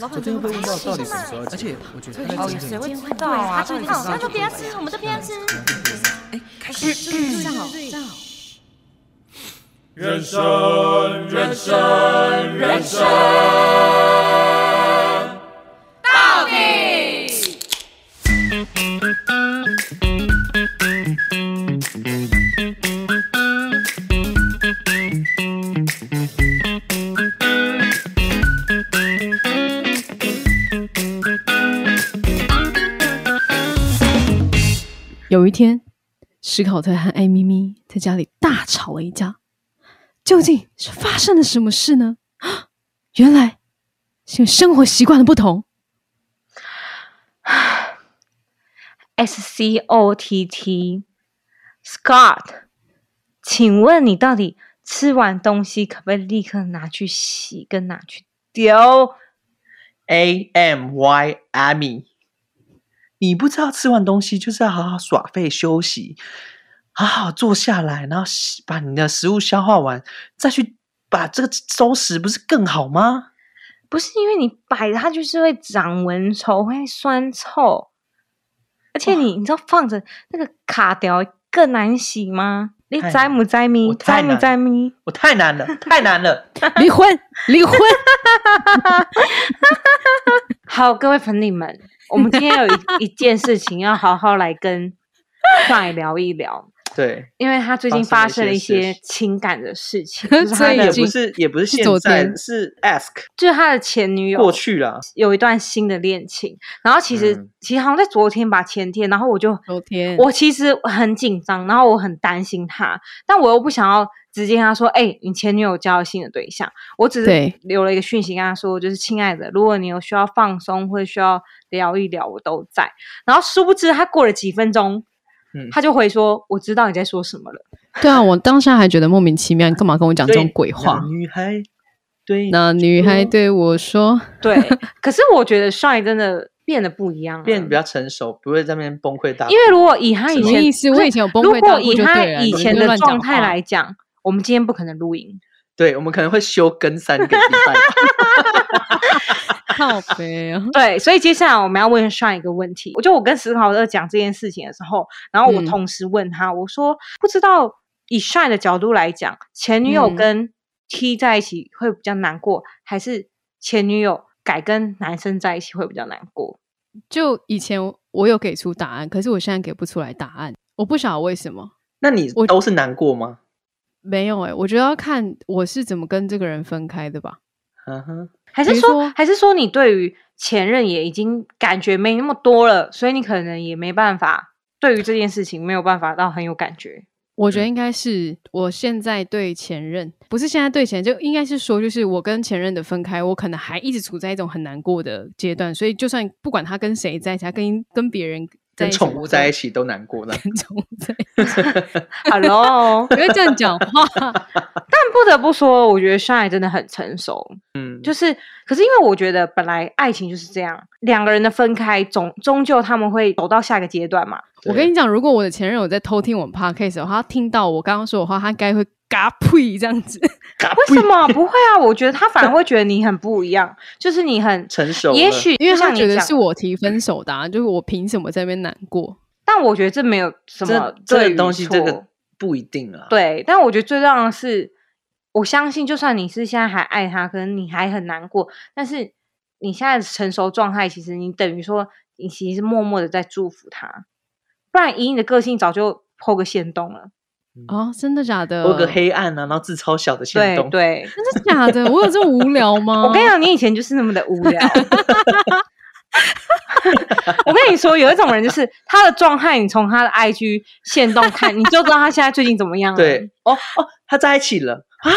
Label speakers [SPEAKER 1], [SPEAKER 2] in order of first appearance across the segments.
[SPEAKER 1] 老
[SPEAKER 2] 昨
[SPEAKER 1] 板
[SPEAKER 2] 天又被问到
[SPEAKER 1] 怎
[SPEAKER 2] 到
[SPEAKER 1] 么
[SPEAKER 2] 底
[SPEAKER 1] 不
[SPEAKER 2] 什么时候要结婚，而且我觉得他
[SPEAKER 1] 哦，
[SPEAKER 2] 在
[SPEAKER 1] 谁
[SPEAKER 2] 真正
[SPEAKER 1] 会知道啊？
[SPEAKER 3] 对
[SPEAKER 1] 他
[SPEAKER 3] 他说不要
[SPEAKER 1] 吃。
[SPEAKER 3] 吃，我们都不要吃。
[SPEAKER 1] 站好，站好。
[SPEAKER 4] 人生，人生，人生。
[SPEAKER 5] 有一天，史考特和艾咪咪在家里大吵了一架，究竟是发生了什么事呢？ 啊原来是因为生活习惯的不同。
[SPEAKER 3] S C O T T Scott，请问你到底吃完东西可不可以立刻拿去洗跟拿去丢？
[SPEAKER 6] A M Y Amy，你不知道吃完东西就是要好好耍废休息，好好坐下来，然后吸把你的食物消化完，再去把这个收拾，不是更好吗？
[SPEAKER 3] 不是因为你摆着它就是会长蚊虫，会酸臭，而且你你知道放着那个卡掉更难洗吗？你
[SPEAKER 6] 太
[SPEAKER 3] 摘
[SPEAKER 6] 难
[SPEAKER 3] 不摘咪？
[SPEAKER 6] 哎我
[SPEAKER 3] 摘
[SPEAKER 6] 太
[SPEAKER 3] 不
[SPEAKER 6] 难
[SPEAKER 3] 摘咪？
[SPEAKER 6] 我太难 了，太难了！
[SPEAKER 5] 离婚，离 婚！
[SPEAKER 3] 好，各位粉底们，我们今天有一 一件事情要好好来跟帅聊一聊，
[SPEAKER 6] 对，
[SPEAKER 3] 因为他最近发
[SPEAKER 6] 发
[SPEAKER 3] 生
[SPEAKER 6] 生
[SPEAKER 3] 了
[SPEAKER 6] 了
[SPEAKER 3] 一
[SPEAKER 6] 一些
[SPEAKER 3] 些
[SPEAKER 6] 事
[SPEAKER 3] 情感的事情，就是
[SPEAKER 5] 所
[SPEAKER 3] 他
[SPEAKER 5] 以
[SPEAKER 6] 也
[SPEAKER 3] 的
[SPEAKER 5] 已
[SPEAKER 6] 不
[SPEAKER 5] 经
[SPEAKER 6] 是也不是
[SPEAKER 5] 是
[SPEAKER 6] 现
[SPEAKER 5] 昨
[SPEAKER 6] 在，
[SPEAKER 5] 天
[SPEAKER 6] 是 ask
[SPEAKER 3] 就是他的前女友
[SPEAKER 6] 过去了。
[SPEAKER 3] 有一段新的恋情，然后其实、
[SPEAKER 6] 嗯
[SPEAKER 3] 其实好像在昨天吧，前天，然后我就
[SPEAKER 5] 昨天
[SPEAKER 3] 我其实很紧张，然后我很担心他，但我又不想要直接跟他说，哎、你前女友交了新的对象，我只是
[SPEAKER 5] 对
[SPEAKER 3] 留了一个讯息跟他说，就是亲爱的，如果你有需要放松或者需要聊一聊，我都在。然后殊不知他过了几分钟，
[SPEAKER 6] 嗯
[SPEAKER 3] 他就回说，我知道你在说什么了。
[SPEAKER 5] 对啊，我当下还觉得莫名其妙，你干嘛跟我讲这种
[SPEAKER 6] 对
[SPEAKER 5] 鬼话
[SPEAKER 6] 那？女孩，对，
[SPEAKER 5] 那女孩
[SPEAKER 6] 说
[SPEAKER 5] 对我说
[SPEAKER 3] 对，可是我觉得帅真的变得不一样了，
[SPEAKER 6] 变得比较成熟，不会在那边崩溃大哭。
[SPEAKER 3] 因为如果以他：“以
[SPEAKER 5] 什么
[SPEAKER 3] 前
[SPEAKER 5] 意思？
[SPEAKER 3] 不
[SPEAKER 5] 我
[SPEAKER 3] 是
[SPEAKER 5] 以前有崩
[SPEAKER 3] 如
[SPEAKER 5] 溃
[SPEAKER 3] 果
[SPEAKER 5] 大哭
[SPEAKER 3] 以
[SPEAKER 5] 就
[SPEAKER 3] 他
[SPEAKER 5] 对了，
[SPEAKER 3] 以
[SPEAKER 5] 你
[SPEAKER 3] 前
[SPEAKER 5] 就
[SPEAKER 3] 的
[SPEAKER 5] 乱讲
[SPEAKER 3] 状态
[SPEAKER 5] 话
[SPEAKER 3] 来讲，我们今天不可能录音。
[SPEAKER 6] 对我们可能会休更三个礼拜。
[SPEAKER 5] 靠背啊，
[SPEAKER 3] 对，所以接下来我们要问上一个问题。我就我跟史考特讲这件事情的时候，然后我
[SPEAKER 5] 嗯
[SPEAKER 3] 同时问他，我说不知道以帅的角度来讲，前女友
[SPEAKER 5] 嗯
[SPEAKER 3] 跟 T 在一起会比较难过，还是前女友改跟男生在一起会比较难过？
[SPEAKER 5] 就以前我有给出答案，可是我现在给不出来答案，我不晓得为什么。
[SPEAKER 6] 那你
[SPEAKER 5] 我
[SPEAKER 6] 都是难过吗？
[SPEAKER 5] 没有哎、我觉得要看我是怎么跟这个人分开的吧。
[SPEAKER 6] 嗯哼，
[SPEAKER 3] 还是
[SPEAKER 5] 比如
[SPEAKER 3] 说，
[SPEAKER 5] 说
[SPEAKER 3] 还是说你对于前任也已经感觉没那么多了，所以你可能也没办法对于这件事情没有办法到很有感 觉？
[SPEAKER 5] 我
[SPEAKER 6] 嗯
[SPEAKER 5] 觉得应该是我现在对前任，不是现在对前任，就应该是说，就是我跟前任的分开，我可能还一直处在一种很难过的阶段，所以就算不管他跟谁在一起，他跟跟别人在
[SPEAKER 6] 跟
[SPEAKER 5] 一起，
[SPEAKER 6] 宠物在一
[SPEAKER 5] 起，
[SPEAKER 6] 起都难过的。
[SPEAKER 5] 跟宠物在一起，
[SPEAKER 3] Hello，
[SPEAKER 5] 不要这样讲 话。
[SPEAKER 3] 但不得不说，我觉得 Shine 真的很成熟。
[SPEAKER 6] 嗯，
[SPEAKER 3] 就是，可是因为我觉得本来爱情就是这样，两个人的分开总终究他们会走到下一个阶段嘛。
[SPEAKER 5] 我
[SPEAKER 6] 对
[SPEAKER 5] 跟你讲，如果我的前任有在偷听我们 podcast 的话，他听到我刚刚说的话，他应该会嘎呸这样子。
[SPEAKER 3] 为什 么不会啊？我觉得他反而会觉得你很不一样，就是你很，
[SPEAKER 6] 成熟了，
[SPEAKER 3] 也许
[SPEAKER 5] 因为
[SPEAKER 3] 就
[SPEAKER 5] 他
[SPEAKER 3] 像你
[SPEAKER 5] 觉得
[SPEAKER 3] 讲
[SPEAKER 5] 是，我提分手的、啊，就是我凭什么在那边难过？
[SPEAKER 3] 但我觉得这没有什么
[SPEAKER 6] 这这
[SPEAKER 3] 对
[SPEAKER 6] 个
[SPEAKER 3] 与
[SPEAKER 6] 东西这
[SPEAKER 3] 错
[SPEAKER 6] 个不一定啊。，
[SPEAKER 3] 对，但我觉得最重要的是，我相信就算你是现在还爱他，可能你还很难过，但是你现在的成熟状态，其实你等于说你其实是默默的在祝福他，不然以你的个性早就剖个线洞了。
[SPEAKER 5] 哦，真的假的？
[SPEAKER 6] 有个黑暗啊，然后字超小的线
[SPEAKER 3] 对
[SPEAKER 6] 洞。
[SPEAKER 3] 对，
[SPEAKER 5] 真的假的？我有这么无聊吗？
[SPEAKER 3] 我跟你讲，你以前就是那么的无聊。 我跟你说，有一种人就是他的状态，你从他的 IG 线动看，你就知道他现在最近怎么样了。，
[SPEAKER 6] 对哦哦，他在一起了啊，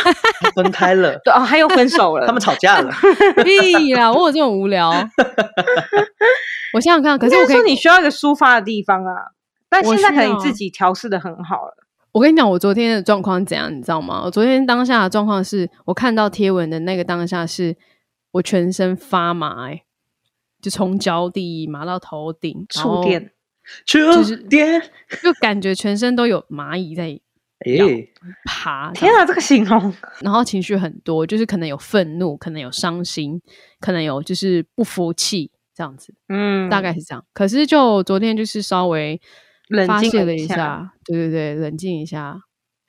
[SPEAKER 6] 分开了
[SPEAKER 3] 对哦，他又分手了。
[SPEAKER 6] 他们吵架 了。
[SPEAKER 5] 屁啦，我有这么无聊？我想想看，可是我
[SPEAKER 3] 应该
[SPEAKER 5] 可
[SPEAKER 3] 说
[SPEAKER 5] 以，
[SPEAKER 3] 你需要一个抒发的地方啊。但
[SPEAKER 5] 我
[SPEAKER 3] 现在可
[SPEAKER 5] 需
[SPEAKER 3] 能你
[SPEAKER 5] 要啊哦
[SPEAKER 3] 自己调试的很好了。
[SPEAKER 5] 我跟你讲，我昨天的状况是怎样，你知道吗？我昨天当下的状况是我看到贴文的那个当下是，我全身发麻、欸，就从脚底麻到头顶，然
[SPEAKER 3] 触
[SPEAKER 5] 后
[SPEAKER 3] 电，
[SPEAKER 6] 触
[SPEAKER 5] 就是
[SPEAKER 6] 电，
[SPEAKER 5] 就感觉全身都有蚂蚁在
[SPEAKER 6] 哎，
[SPEAKER 5] 爬。
[SPEAKER 3] 天啊，这个形容
[SPEAKER 5] 然后情绪很多，就是可能有愤怒，可能有伤心，可能有就是不服气这样子，
[SPEAKER 3] 嗯，
[SPEAKER 5] 大概是这样。可是就昨天就是稍微
[SPEAKER 3] 冷
[SPEAKER 5] 发
[SPEAKER 3] 静
[SPEAKER 5] 泄
[SPEAKER 3] 了
[SPEAKER 5] 了
[SPEAKER 3] 一
[SPEAKER 5] 一
[SPEAKER 3] 下
[SPEAKER 5] 下，对对对，冷静一下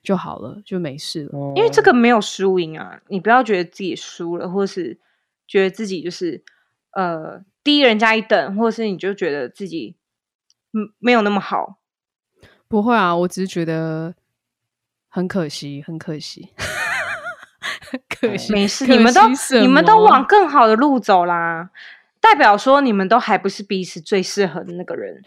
[SPEAKER 5] 就好了，就没事了。
[SPEAKER 3] 因为这个没有输赢啊，你不要觉得自己输了，或是觉得自己就是呃低人家一等，或是你就觉得自己嗯没有那么好。
[SPEAKER 5] 不会啊，我只是觉得很可惜，很可惜， 很 可惜。
[SPEAKER 3] 没事，
[SPEAKER 5] 可
[SPEAKER 3] 你们都
[SPEAKER 5] 惜什
[SPEAKER 3] 你们都
[SPEAKER 5] 么
[SPEAKER 3] 往更好的路走啦，代表说你们都还不是彼此最适合的那个人。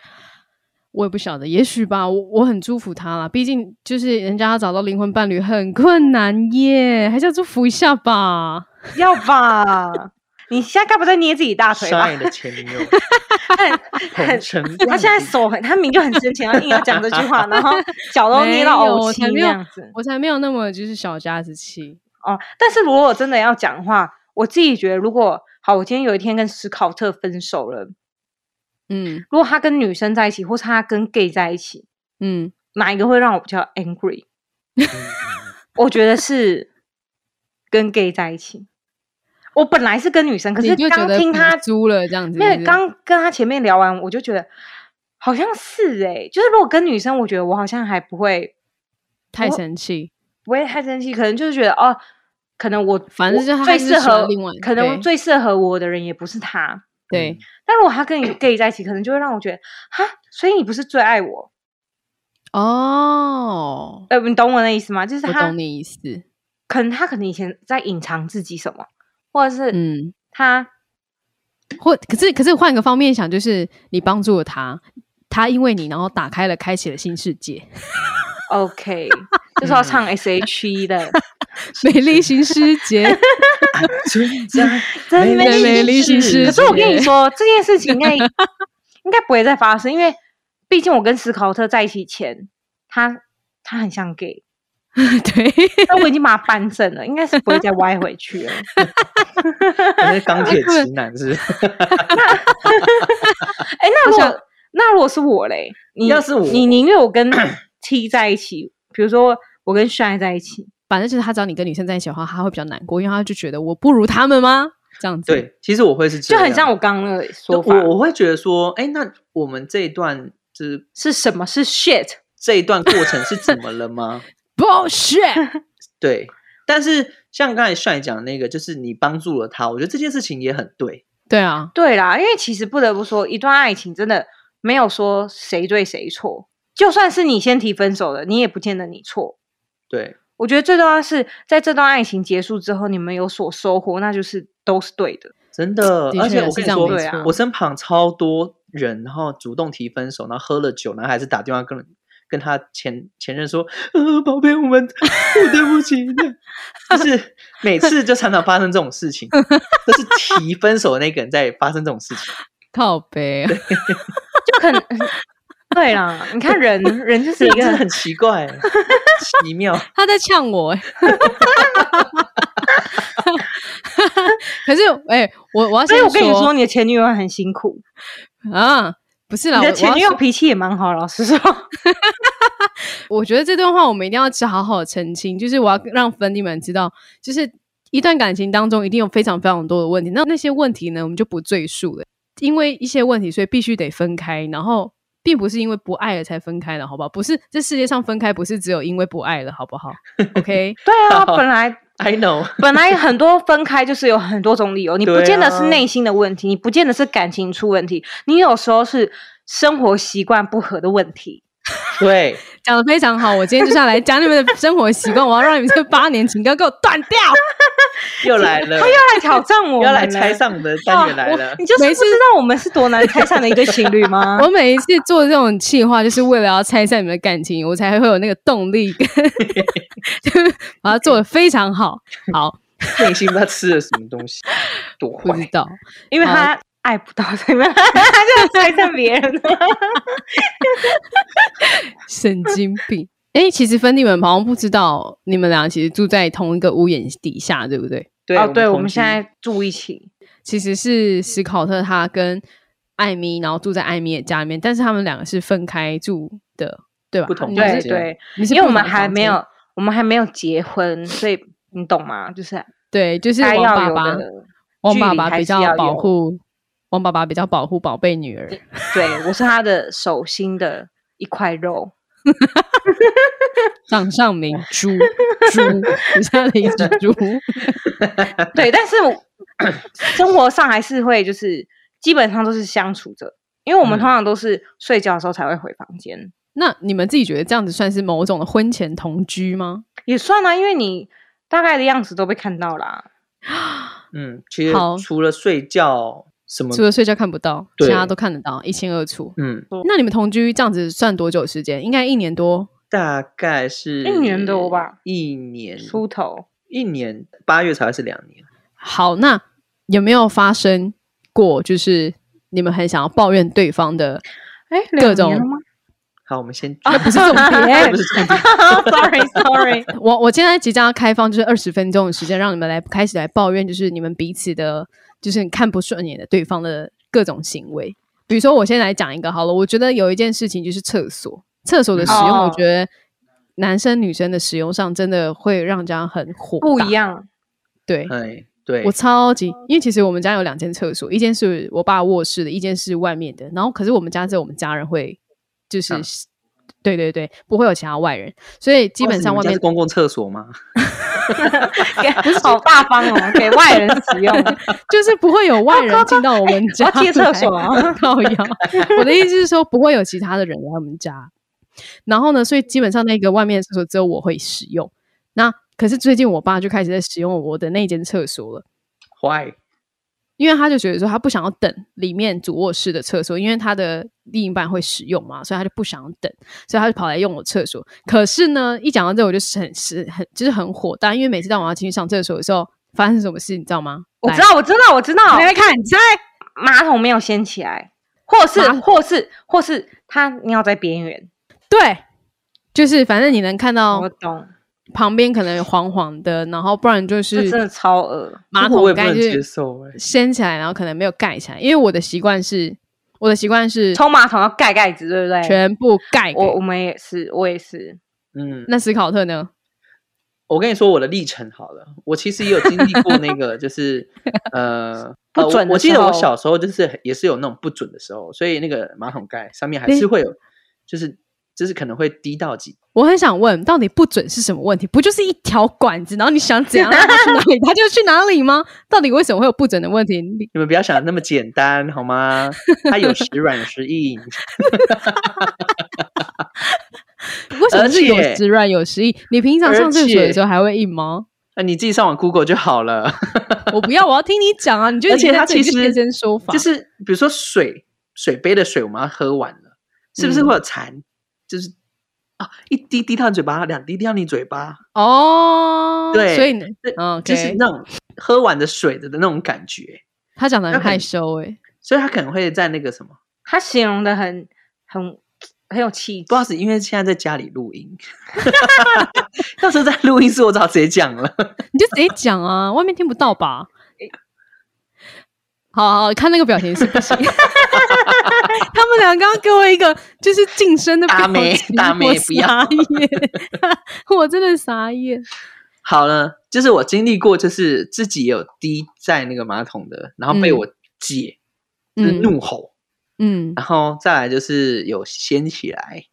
[SPEAKER 5] 我也不晓得，也许吧，我我很祝福他啦，毕竟就是人家要找到灵魂伴侣很困难耶，还是要祝福一下吧。
[SPEAKER 3] 要吧？ 你现在该不在捏自己大腿
[SPEAKER 6] 伤
[SPEAKER 3] 吧
[SPEAKER 6] 害？你的前 女友
[SPEAKER 3] 很
[SPEAKER 6] 彭程万里，
[SPEAKER 3] 他 现在手很，他明就很生气，然后硬要讲这句话，然后脚都捏到
[SPEAKER 5] 没有
[SPEAKER 3] 呕气
[SPEAKER 5] 才没
[SPEAKER 3] 那
[SPEAKER 5] 有
[SPEAKER 3] 样子。
[SPEAKER 5] 我才没有那么就是小家子气。
[SPEAKER 3] 哦，但是如果真的要讲话，我自己觉得，如果好，我今天有一天跟史考特分手了，
[SPEAKER 5] 嗯
[SPEAKER 3] 如果他跟女生在一起，或是他跟 gay 在一起，
[SPEAKER 5] 嗯，
[SPEAKER 3] 哪一个会让我比较 angry？我觉得是跟 gay 在一起。我本来是跟女生，可
[SPEAKER 5] 你
[SPEAKER 3] 是
[SPEAKER 5] 就觉
[SPEAKER 3] 刚
[SPEAKER 5] 得
[SPEAKER 3] 听
[SPEAKER 5] 补
[SPEAKER 3] 他
[SPEAKER 5] 足了这样子
[SPEAKER 3] 没
[SPEAKER 5] 是不是
[SPEAKER 3] 有刚跟他前面聊完，我就觉得好像是哎、就是如果跟女生，我觉得我好像还不会
[SPEAKER 5] 太
[SPEAKER 3] 我
[SPEAKER 5] 神气。
[SPEAKER 3] 不会太生气，可能就是觉得哦，可能我
[SPEAKER 5] 反正
[SPEAKER 3] 我
[SPEAKER 5] 就是他
[SPEAKER 3] 最
[SPEAKER 5] 还是
[SPEAKER 3] 适
[SPEAKER 5] 喜欢
[SPEAKER 3] 合
[SPEAKER 5] 另外
[SPEAKER 3] 可能
[SPEAKER 5] 对
[SPEAKER 3] 最适合我的人也不是他。
[SPEAKER 5] 对，
[SPEAKER 3] 但如果他跟你 gay 在一起，可能就会让我觉得哈，所以你不是最爱我，
[SPEAKER 5] 哦，
[SPEAKER 3] 呃，你懂我的意思吗？就是
[SPEAKER 5] 我
[SPEAKER 3] 他
[SPEAKER 5] 懂你意思。
[SPEAKER 3] 可能他可能以前在隐藏自己什么，或者是
[SPEAKER 5] 嗯，
[SPEAKER 3] 他
[SPEAKER 5] 或可是可是换个方面想，就是你帮助了他，他因为你然后打开了开启了新世界。
[SPEAKER 3] OK，就是要
[SPEAKER 5] 嗯
[SPEAKER 3] 唱 S.H.E 的
[SPEAKER 5] 美丽新世 界，
[SPEAKER 6] 存在
[SPEAKER 3] 真
[SPEAKER 5] 美美丽新世
[SPEAKER 3] 可是我跟你
[SPEAKER 5] 界
[SPEAKER 3] 说，这件事情应该应该不会再发生，因为毕竟我跟史考特在一起前，他他很像 gay，
[SPEAKER 5] 对，
[SPEAKER 3] 但我已经把他扳正了，应该是不会再歪回去 了。
[SPEAKER 6] 那是钢 铁直男是不是？
[SPEAKER 3] 哎、那如果那如果是我嘞，你
[SPEAKER 6] 要是我
[SPEAKER 3] 你宁愿我 跟 T 在一起，比如说我跟 Shine 在一起，
[SPEAKER 5] 反正就是他，只要你跟女生在一起的话，他会比较难过，因为他就觉得我不如他们吗？这样子，，
[SPEAKER 6] 对，其实我会是这
[SPEAKER 3] 就
[SPEAKER 6] 样，
[SPEAKER 3] 很像我刚刚那个
[SPEAKER 6] 对
[SPEAKER 3] 说法，
[SPEAKER 6] 我我会觉得说，哎，那我们这一段就是
[SPEAKER 3] 是什么？是 shit。
[SPEAKER 6] 这一段过程是怎么了吗？
[SPEAKER 5] bullshit，
[SPEAKER 6] 对，但是像刚才帅讲的那个，就是你帮助了他，我觉得这件事情也很对。
[SPEAKER 5] 对啊，
[SPEAKER 3] 对啦，因为其实不得不说，一段爱情真的没有说谁对谁错，就算是你先提分手了，你也不见得你错。
[SPEAKER 6] 对，
[SPEAKER 3] 我觉得最重要的是，在这段爱情结束之后，你们有所收获，那就是都是对的。
[SPEAKER 6] 真的，
[SPEAKER 5] 的
[SPEAKER 6] 而且
[SPEAKER 5] 确
[SPEAKER 6] 我
[SPEAKER 5] 是
[SPEAKER 6] 跟
[SPEAKER 5] 这
[SPEAKER 6] 你
[SPEAKER 5] 样
[SPEAKER 6] 说，
[SPEAKER 5] 没
[SPEAKER 3] 对啊
[SPEAKER 5] 错
[SPEAKER 6] 我。身旁超多人，然后主动提分手，然后喝了酒，然后还是打电话跟跟他前前任说：“呃，宝贝，我 们我对不起。”就是每次就常常发生这种事情，都是提分手的那个人在发生这种事情。
[SPEAKER 5] 靠背，
[SPEAKER 3] 就可能 对啦，你看人人就是
[SPEAKER 6] 这
[SPEAKER 3] 一
[SPEAKER 6] 真
[SPEAKER 3] 个
[SPEAKER 6] 的很奇怪，奇 妙。
[SPEAKER 5] 他在呛我、欸。 可是，哎、我
[SPEAKER 6] 啊
[SPEAKER 5] 我要
[SPEAKER 3] 所
[SPEAKER 5] 先
[SPEAKER 3] 以我跟你说，你的前女友很 辛苦，
[SPEAKER 5] 啊，不是啦，
[SPEAKER 3] 你
[SPEAKER 5] 我
[SPEAKER 3] 的前女
[SPEAKER 5] 我
[SPEAKER 3] 友
[SPEAKER 5] 要
[SPEAKER 3] 脾气也蛮好，老实 说。
[SPEAKER 5] 我觉得这段话我们一定要去好好澄清，就是我要让粉底们知道，就是一段感情当中一定有非常非常多的问题，那那些问题呢，我们就不赘述了，因为一些问题，所以必须得分开，然后。并不是因为不爱了才分开的，好不好？不是，这世界上分开不是只有因为不爱了，好不好？OK，
[SPEAKER 3] 对啊，
[SPEAKER 6] 好
[SPEAKER 3] 本来
[SPEAKER 6] I know，
[SPEAKER 3] 本来很多分开就是有很多种理由，你不
[SPEAKER 6] 对
[SPEAKER 3] 见得是
[SPEAKER 6] 啊
[SPEAKER 3] 内心的问题，你不见得是感情出问题，你有时候是生活习惯不合的问题。
[SPEAKER 6] 对，
[SPEAKER 5] 讲的非常好。我今天就是要来讲你们的生活习惯，我要让你们这八年情歌给我断掉。
[SPEAKER 6] 又来了，
[SPEAKER 3] 他要来挑战我
[SPEAKER 6] 又
[SPEAKER 3] 们了，
[SPEAKER 6] 要来拆上我们的单元来
[SPEAKER 3] 哇
[SPEAKER 6] 了
[SPEAKER 3] 我。你就是
[SPEAKER 5] 每
[SPEAKER 3] 不
[SPEAKER 5] 次？
[SPEAKER 3] 知道我们是多难拆散的一对情侣吗
[SPEAKER 5] 我每一次做这种计划，就是为了要拆散你们的感情，我才会有那个动力 跟，就是把它做的非常好。好，
[SPEAKER 6] 内心他吃了什么东西，多
[SPEAKER 5] 不知
[SPEAKER 6] 坏。
[SPEAKER 5] 道，
[SPEAKER 3] 因为
[SPEAKER 5] 好
[SPEAKER 3] 他爱不到， 所以他就拆散别人了。
[SPEAKER 5] 神经病。哎、其实芬蒂们好像不知道，你们俩其实住在同一个屋檐底下，对不对？
[SPEAKER 6] 对
[SPEAKER 3] 哦，对，我们
[SPEAKER 6] 同居
[SPEAKER 3] 现在住一起，
[SPEAKER 5] 其实是史考特他跟艾米，然后住在艾米的家里面，但是他们两个是分开住的。对吧？
[SPEAKER 6] 不同
[SPEAKER 5] 你
[SPEAKER 6] 对
[SPEAKER 3] 对
[SPEAKER 5] 是
[SPEAKER 3] 对，
[SPEAKER 5] 你是
[SPEAKER 3] 因为
[SPEAKER 5] 不
[SPEAKER 3] 我们
[SPEAKER 5] 同的
[SPEAKER 3] 还
[SPEAKER 5] 房
[SPEAKER 3] 没
[SPEAKER 5] 间
[SPEAKER 3] 有，我们还没有结婚，所以你懂吗？就是
[SPEAKER 5] 对，就是
[SPEAKER 3] 该
[SPEAKER 5] 王
[SPEAKER 3] 要
[SPEAKER 5] 爸
[SPEAKER 3] 有
[SPEAKER 5] 爸
[SPEAKER 3] 的，，
[SPEAKER 5] 王
[SPEAKER 3] 距
[SPEAKER 5] 爸
[SPEAKER 3] 离
[SPEAKER 5] 爸
[SPEAKER 3] 还
[SPEAKER 5] 比
[SPEAKER 3] 是
[SPEAKER 5] 较
[SPEAKER 3] 要
[SPEAKER 5] 保
[SPEAKER 3] 有
[SPEAKER 5] 护，王爸爸比较保护宝贝女儿。
[SPEAKER 3] 对我是他的手心的一 块肉。
[SPEAKER 5] 掌上明珠猪，底 下的一只猪。
[SPEAKER 3] 对，但是我生活上还是会就是基本上都是相处着，因为我们
[SPEAKER 6] 嗯
[SPEAKER 3] 通常都是睡觉的时候才会回房间，
[SPEAKER 5] 那你们自己觉得这样子算是某种的婚前同居吗？
[SPEAKER 3] 也算啊啦、因为你大概的样子都被看到啦。
[SPEAKER 6] 嗯，其实
[SPEAKER 5] 好
[SPEAKER 6] 除了睡觉什么
[SPEAKER 5] 除，了睡觉看不到，其
[SPEAKER 6] 对
[SPEAKER 5] 他都看得到，一清二楚。
[SPEAKER 6] 嗯，
[SPEAKER 5] 那你们同居这样子算多久时间？应该一年多。
[SPEAKER 6] 大概是
[SPEAKER 3] 一年多吧，
[SPEAKER 6] 一年
[SPEAKER 3] 出头
[SPEAKER 6] 一年八月才会是两年。
[SPEAKER 5] 好，那有没有发生过就是你们很想要抱怨对方的？
[SPEAKER 3] 哎，
[SPEAKER 5] 各
[SPEAKER 3] 两年了
[SPEAKER 5] 种
[SPEAKER 3] 吗？
[SPEAKER 6] 好，我们先
[SPEAKER 3] 啊，不
[SPEAKER 5] 是重
[SPEAKER 6] 这不是重点
[SPEAKER 3] Sorry，Sorry，
[SPEAKER 5] 我我现在即将要开放，就是二十分钟的时间，让你们来开始来抱怨，就是你们彼此的，就是你看不顺眼的对方的各种行为。比如说，我先来讲一个好了，我觉得有一件事情就是厕所，厕所的使用，我
[SPEAKER 3] 哦
[SPEAKER 5] 觉得男生女生的使用上真的会让人家很火
[SPEAKER 3] 不
[SPEAKER 5] 大
[SPEAKER 3] 一。样。
[SPEAKER 5] 对，
[SPEAKER 6] 哎，对
[SPEAKER 5] 我，超级，因为其实我们家有两间厕所，一间是我爸卧室的，一间是外面的。然后可是我们家只有我们家人会，就是、
[SPEAKER 6] 嗯
[SPEAKER 5] 对对对，不会有其他外人，所以基本上
[SPEAKER 6] 哇
[SPEAKER 5] 外
[SPEAKER 6] 你们家哦
[SPEAKER 5] 面
[SPEAKER 6] 是公共厕所吗？
[SPEAKER 3] 不是好大方哦，给外人使用。
[SPEAKER 5] 就是不会有外人进 到我们家
[SPEAKER 3] 我要贴厕所哦
[SPEAKER 5] 来靠腰。我的意思是说，不会有其他的人来我们家。然后呢，所以基本上那个外面的厕所只有我会使用。那可是最近我爸就开始在使用我的那间厕所了，
[SPEAKER 6] 坏，
[SPEAKER 5] 因为他就觉得说他不想要等里面主卧室的厕所，因为他的另一半会使用嘛，所以他就不想要等，所以他就跑来用我厕所。可是呢，一讲到这我就是很是很就是很火大，因为每次当我要进去上厕所的时候，发生什么事你知道吗？
[SPEAKER 3] 我
[SPEAKER 5] 来
[SPEAKER 3] 知，道，我知道，我知道。
[SPEAKER 5] 你来看，你猜。
[SPEAKER 3] 马桶没有掀起来，或是
[SPEAKER 5] 马
[SPEAKER 3] 或是或是他尿在边缘。
[SPEAKER 5] 对，就是反正你能看
[SPEAKER 3] 我
[SPEAKER 5] 到
[SPEAKER 3] 懂，
[SPEAKER 5] 旁边可能有黄黄的，然后不然就
[SPEAKER 3] 这
[SPEAKER 5] 是
[SPEAKER 3] 真的超恶。
[SPEAKER 5] 马
[SPEAKER 6] 这个我
[SPEAKER 5] 桶
[SPEAKER 6] 也不
[SPEAKER 5] 盖
[SPEAKER 6] 能
[SPEAKER 5] 就
[SPEAKER 6] 接
[SPEAKER 5] 是
[SPEAKER 6] 受哎。
[SPEAKER 5] 掀起来，然后可能没有盖起来，因为我的习惯是，我的习惯是
[SPEAKER 3] 冲马桶要盖盖子，对不对？
[SPEAKER 5] 全部盖给。
[SPEAKER 3] 我我们也是，我也是。
[SPEAKER 6] 嗯，
[SPEAKER 5] 那斯考特呢？
[SPEAKER 6] 我跟你说我的历程好了，我其实也有经历过那个， 就是呃，
[SPEAKER 3] 不
[SPEAKER 6] 呃我
[SPEAKER 3] 准的
[SPEAKER 6] 我记得
[SPEAKER 3] 时
[SPEAKER 6] 我
[SPEAKER 3] 候
[SPEAKER 6] 小时候就是也是有那种不准的时候，所以那个马桶盖上面还
[SPEAKER 5] 对
[SPEAKER 6] 是会有，就是就是可能会滴到几
[SPEAKER 5] 我很想问，到底不准是什么问题？不就是一条管子，然后你想 怎样让它去哪里，它就去哪里吗？到底为什么会有不准的问题？你
[SPEAKER 6] 你们不要想的那么简单好吗？它有 时软有时硬，
[SPEAKER 5] 为什么是有
[SPEAKER 6] 而且
[SPEAKER 5] 时软有时硬？你平常上厕所的时候还会硬吗？
[SPEAKER 6] 那你自己上网 Google 就好了。
[SPEAKER 5] 我不要，我要听你讲啊！你就
[SPEAKER 6] 而且
[SPEAKER 5] 你在
[SPEAKER 6] 它
[SPEAKER 5] 这里
[SPEAKER 6] 其
[SPEAKER 5] 就
[SPEAKER 6] 实
[SPEAKER 5] 现身说法，
[SPEAKER 6] 就是比如说水水杯的水，我们要喝完了，是不是
[SPEAKER 5] 嗯
[SPEAKER 6] 会有残？就是啊，一滴滴到你嘴巴，两滴滴到你嘴巴，
[SPEAKER 5] 哦，
[SPEAKER 6] 对
[SPEAKER 5] 所以呢
[SPEAKER 6] 对
[SPEAKER 5] 嗯
[SPEAKER 6] 就是
[SPEAKER 5] ，OK，
[SPEAKER 6] 那种喝完的水的那种感觉，
[SPEAKER 5] 他讲的很
[SPEAKER 6] 那很
[SPEAKER 5] 害羞哎，
[SPEAKER 6] 所以他可能会在那个什么，
[SPEAKER 3] 他形容的很很很有气质
[SPEAKER 6] 不知。道是因为现在在家里录音， 到时候在录音室我早直接讲了。
[SPEAKER 5] 你就直接讲啊，外面听不到吧？好好看那个表情是不行， 他们俩刚刚给我一个就是晋升的表
[SPEAKER 6] 大妹
[SPEAKER 5] 情，
[SPEAKER 6] 大妹
[SPEAKER 5] 我
[SPEAKER 6] 不要
[SPEAKER 5] 傻眼， 我真的傻眼。
[SPEAKER 6] 好了，就是我经历过，就是自己也有滴在那个马桶的，然后被
[SPEAKER 5] 嗯
[SPEAKER 6] 我姐、就是
[SPEAKER 5] 嗯
[SPEAKER 6] 怒吼，
[SPEAKER 5] 嗯
[SPEAKER 6] 然后再来就是有掀起来，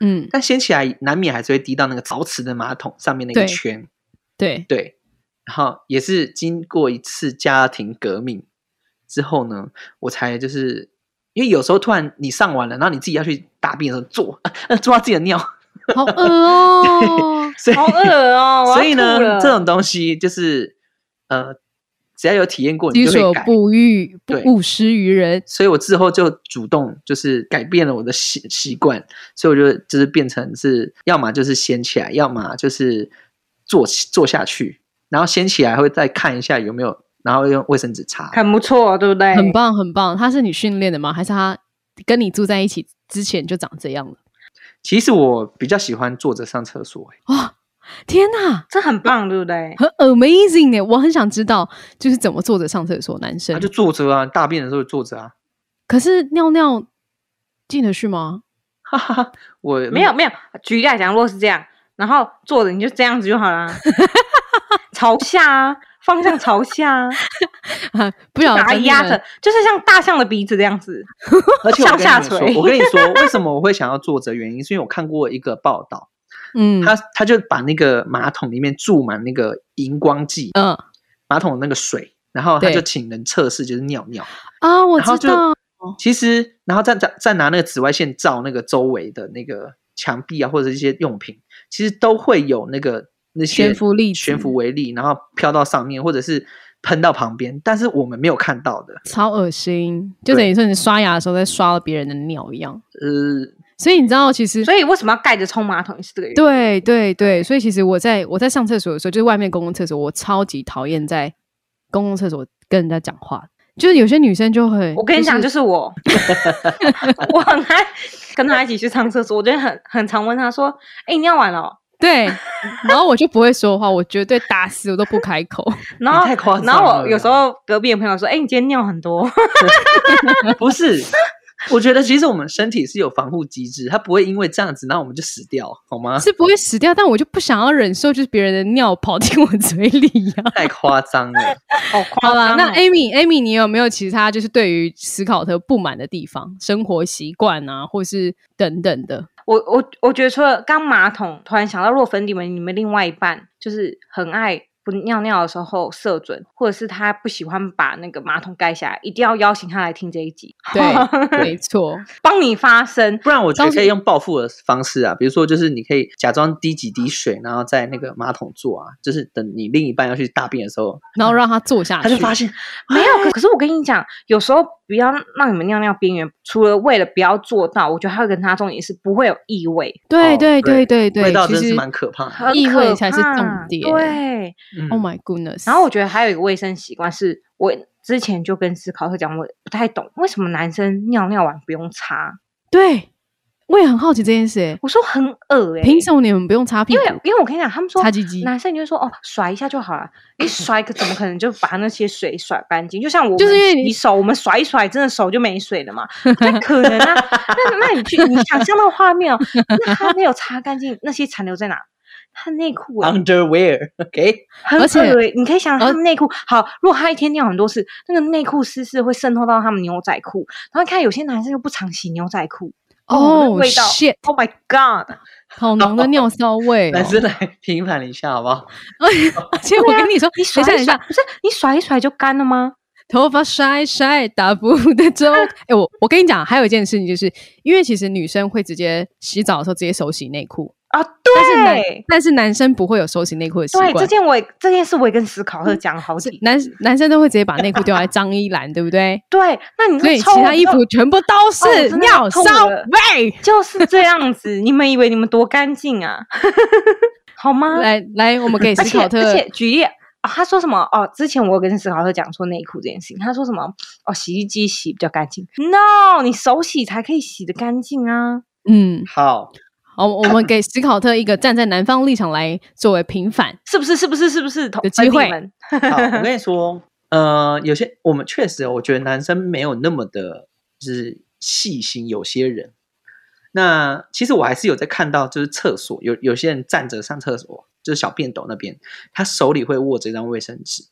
[SPEAKER 5] 嗯，
[SPEAKER 6] 但掀起来难免还是会滴到那个陶瓷的马桶上面那
[SPEAKER 5] 对
[SPEAKER 6] 个圈，
[SPEAKER 5] 对，
[SPEAKER 6] 对。然后也是经过一次家庭革命之后呢，我才就是因为有时候突然你上完了，然后你自己要去大便的时候坐，呃坐到自己的尿， ，
[SPEAKER 5] 好恶哦
[SPEAKER 6] 所以
[SPEAKER 3] 好恶哦！我 要
[SPEAKER 6] 所以
[SPEAKER 3] 吐
[SPEAKER 6] 呢，
[SPEAKER 3] 了
[SPEAKER 6] 这种东西就是呃，只要有体验过，你
[SPEAKER 5] 己
[SPEAKER 6] 就会
[SPEAKER 5] 所
[SPEAKER 6] 改。
[SPEAKER 5] 不欲，不
[SPEAKER 6] 对
[SPEAKER 5] 勿施于人。
[SPEAKER 6] 所以我之后就主动就是改变了我的习习惯，所以我就就是变成是要么就是掀起来，要么就是坐起坐下去，然后掀起来会再看一下有没有，然后用卫生纸擦。
[SPEAKER 3] 很不错，对不对？
[SPEAKER 5] 很棒，很棒。他是你训练的吗？还是他跟你住在一起之前就长这样了？
[SPEAKER 6] 其实我比较喜欢坐着上厕所、欸，
[SPEAKER 5] 哇、哦天哪，
[SPEAKER 3] 这很棒，对不对？
[SPEAKER 5] 很 amazing 哎！我很想知道，就是怎么坐着上厕所，男生。
[SPEAKER 3] 啊
[SPEAKER 6] 他啊就坐着啊，大便的时候就坐着啊，
[SPEAKER 5] 可是尿尿进得去吗？
[SPEAKER 6] 哈哈哈，我
[SPEAKER 3] 没有没有，举例来讲，如果是这样，然后坐着你就这样子就好 啦，朝下啊，方向朝下啊，
[SPEAKER 5] 啊，不小
[SPEAKER 3] 把它
[SPEAKER 5] 心
[SPEAKER 3] 压
[SPEAKER 5] 了
[SPEAKER 3] 着，就是像大象的鼻子这样 子。
[SPEAKER 6] 而且我跟
[SPEAKER 3] 向
[SPEAKER 6] 你
[SPEAKER 3] 下
[SPEAKER 6] 们说，
[SPEAKER 3] 垂
[SPEAKER 6] 我跟你说，为什么我会想要坐着？原因是因为我看过一个报道，
[SPEAKER 5] 嗯，
[SPEAKER 6] 他他就把那个马桶里面注满那个荧光剂，
[SPEAKER 5] 嗯
[SPEAKER 6] 马桶那个水，然后他
[SPEAKER 5] 对
[SPEAKER 6] 就请人测试，就是尿尿。
[SPEAKER 5] 啊，我
[SPEAKER 6] 然后
[SPEAKER 5] 知
[SPEAKER 6] 就
[SPEAKER 5] 道，
[SPEAKER 6] 其实，然后再再再拿那个紫外线照那个周围的那个墙壁啊，或者一些用品，其实都会有那个那些
[SPEAKER 5] 悬浮粒子
[SPEAKER 6] 悬浮微粒，然后飘到上面，或者是喷到旁边，但是我们没有看到的。
[SPEAKER 5] 超恶心，就
[SPEAKER 6] 对
[SPEAKER 5] 等于说你刷牙的时候在刷了别人的尿一样。
[SPEAKER 6] 呃，
[SPEAKER 5] 所以你知道，其实
[SPEAKER 3] 所以为什么要盖着冲马桶也是这个原因？
[SPEAKER 5] 对对对，所以其实我在我在上厕所的时候，就是外面公共厕所，我超级讨厌在公共厕所跟人家讲话。就是有些女生就会，
[SPEAKER 3] 我跟你讲，就是是我， 我很爱跟他一起去上厕所，我就很很常问他说：“哎、你尿完了哦
[SPEAKER 5] 对，然后我就不会说话，我绝对打死我都不开口。？”
[SPEAKER 3] 然
[SPEAKER 6] 你
[SPEAKER 3] 后
[SPEAKER 6] 太夸张，
[SPEAKER 3] 然后我
[SPEAKER 6] 了
[SPEAKER 3] 有时候隔壁的朋友说：“哎、你今天尿 很多。
[SPEAKER 6] 不 是，我觉得其实我们身体是有防护机制，它不会因为这样子，那我们就死掉，好吗？
[SPEAKER 5] 是不会死掉，但我就不想要忍受就是别人的尿跑进我嘴里呀、
[SPEAKER 6] 太夸张了。”
[SPEAKER 3] 好夸
[SPEAKER 5] 好啦，
[SPEAKER 3] 张
[SPEAKER 5] 那
[SPEAKER 3] 哦
[SPEAKER 6] 哎
[SPEAKER 5] Amy Amy，你有没有其他就是对于史考特不满的地方，生活习惯啊，或是等等的？
[SPEAKER 3] 我我我觉得除了刚马桶，突然想到，如果粉底们你们另外一半就是很爱不尿尿的时候射准，或者是他不喜欢把那个马桶盖下来，一定要邀请他来听这一集，
[SPEAKER 5] 对，没错，
[SPEAKER 3] 帮你发声。
[SPEAKER 6] 不然我觉
[SPEAKER 5] 当
[SPEAKER 6] 得
[SPEAKER 5] 时
[SPEAKER 6] 可以用报复的方式啊，比如说就是你可以假装滴几滴水，然后在那个马桶坐啊，就是等你另一半要去大便的时候，
[SPEAKER 5] 然后让他坐啊下去，
[SPEAKER 6] 他就发现
[SPEAKER 5] 哎
[SPEAKER 3] 没有，可可是我跟你讲，有时候不要让你们尿尿边缘，除了为了不要做到，我觉得还有一个很大的重点是不会有异味，
[SPEAKER 5] 对
[SPEAKER 6] 哦
[SPEAKER 5] 对对
[SPEAKER 6] 对
[SPEAKER 5] 对对，
[SPEAKER 6] 味道
[SPEAKER 5] 其
[SPEAKER 6] 真
[SPEAKER 5] 实
[SPEAKER 6] 是蛮可怕的。
[SPEAKER 3] 很
[SPEAKER 5] 异
[SPEAKER 3] 可
[SPEAKER 5] 味才是重
[SPEAKER 3] 怕
[SPEAKER 5] 点
[SPEAKER 3] 对，
[SPEAKER 6] 嗯
[SPEAKER 5] Oh my goodness！
[SPEAKER 3] 然后我觉得还有一个卫生习惯是，我之前就跟思考特讲，我不太懂为什么男生尿尿完不用擦。
[SPEAKER 5] 对，我也很好奇这件事、欸，
[SPEAKER 3] 我说很恶哎、
[SPEAKER 5] 凭什么你们不用擦屁
[SPEAKER 3] 因
[SPEAKER 5] 股
[SPEAKER 3] 为、因为我跟你讲，他们说
[SPEAKER 5] 擦鸡鸡？
[SPEAKER 3] 男生你就说哦甩一下就好了，你甩个怎么可能就把那些水甩干净？就像我
[SPEAKER 5] 就是
[SPEAKER 3] 们
[SPEAKER 5] 因为你
[SPEAKER 3] 洗手，我们甩一甩，真的手就没水了嘛？那可能啊，那那你去你想象那个画面哦，那他没有擦干净，那些残留在哪？他内裤
[SPEAKER 6] 哦
[SPEAKER 3] 啊，
[SPEAKER 6] underwear，OK，
[SPEAKER 3] 很
[SPEAKER 5] 而
[SPEAKER 3] 恶
[SPEAKER 5] 且哦
[SPEAKER 3] 欸你可以想象
[SPEAKER 5] 而
[SPEAKER 3] 他们内裤。好，如果他一天尿很多次，那个内裤湿湿会渗透到他们牛仔裤。然后你看有些男生又不常洗牛仔裤那个
[SPEAKER 5] 哦、
[SPEAKER 3] 味道
[SPEAKER 5] shit，
[SPEAKER 3] ，Oh my God！
[SPEAKER 5] 好浓的尿骚味、哦
[SPEAKER 6] 男！生来 平反一下好不好？
[SPEAKER 5] 而且我跟你说，
[SPEAKER 3] 啊你甩
[SPEAKER 5] 等
[SPEAKER 3] 一
[SPEAKER 5] 一
[SPEAKER 3] 甩，
[SPEAKER 5] 下，
[SPEAKER 3] 不是你甩一甩就干了吗？
[SPEAKER 5] 头发晒一晒，打 不的周。哎、我我跟你讲，还有一件事情，就是因为其实女生会直接洗澡的时候直接手洗内裤，
[SPEAKER 3] 啊，
[SPEAKER 5] 但是男
[SPEAKER 3] 对。
[SPEAKER 5] 但是男生不会有手洗内裤的习
[SPEAKER 3] 对，这
[SPEAKER 5] 惯。
[SPEAKER 3] 件我也这件事我也跟史考特讲了好几
[SPEAKER 5] 是男男生都会直接把内裤丢在脏衣篮，对不对？
[SPEAKER 3] 对，那 你
[SPEAKER 5] 所以
[SPEAKER 3] 说
[SPEAKER 5] 其
[SPEAKER 3] 抽我
[SPEAKER 5] 他衣
[SPEAKER 3] 就
[SPEAKER 5] 服全部都
[SPEAKER 3] 哦
[SPEAKER 5] 是
[SPEAKER 3] 真的
[SPEAKER 5] 尿
[SPEAKER 3] 要
[SPEAKER 5] 骚
[SPEAKER 3] 吐了
[SPEAKER 5] 味。
[SPEAKER 3] 就是这样子，你们以为你们多干净啊？ 好吗？
[SPEAKER 5] 来来，我们给
[SPEAKER 3] 而
[SPEAKER 5] 史
[SPEAKER 3] 且
[SPEAKER 5] 考特
[SPEAKER 3] 而且举例啊，他说什么哦？之前我有跟史考特讲说内裤这件事情，他说什么哦？洗衣机洗比较干净，no，你手洗才可以洗的干净啊。
[SPEAKER 5] 嗯，
[SPEAKER 6] 好，
[SPEAKER 5] 好，我们给史考特一个站在男方立场来作为平反。
[SPEAKER 3] 是不是？是不是？是不是？同
[SPEAKER 5] 有机
[SPEAKER 3] 粉底
[SPEAKER 5] 会
[SPEAKER 3] 们
[SPEAKER 6] 好，我跟你说，呃，有些我们确实，我觉得男生没有那么的，就是细心。有些人，那其实我还是有在看到，就是厕所有有些人站着上厕所，就是小便斗那边，他手里会握着一张卫生 纸，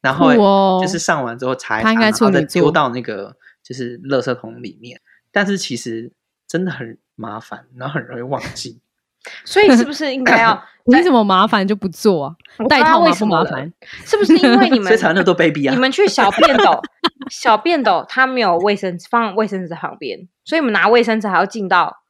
[SPEAKER 6] 然后
[SPEAKER 5] 酷哦
[SPEAKER 6] 就是上完之后擦一
[SPEAKER 5] 他
[SPEAKER 6] 擦，
[SPEAKER 5] 应该
[SPEAKER 6] 然后
[SPEAKER 5] 处
[SPEAKER 6] 再
[SPEAKER 5] 女
[SPEAKER 6] 丢
[SPEAKER 5] 座
[SPEAKER 6] 到那个就是垃圾桶里面。但是其实真的很麻烦，然后很容易忘记。
[SPEAKER 3] 所以是不是应 该要
[SPEAKER 5] 你怎么麻烦就不做啊？
[SPEAKER 3] 我
[SPEAKER 5] 戴
[SPEAKER 3] 不知道
[SPEAKER 5] 套
[SPEAKER 3] 为
[SPEAKER 5] 麻
[SPEAKER 3] 什
[SPEAKER 5] 不
[SPEAKER 3] 么
[SPEAKER 5] 麻
[SPEAKER 3] 了
[SPEAKER 5] 烦？
[SPEAKER 3] 是不是因为你 们
[SPEAKER 6] 所以才有那么多 baby 啊
[SPEAKER 3] 你！们去小便斗，小便斗它没有卫生纸，放卫生纸在旁边，所以你们拿卫生纸还要进到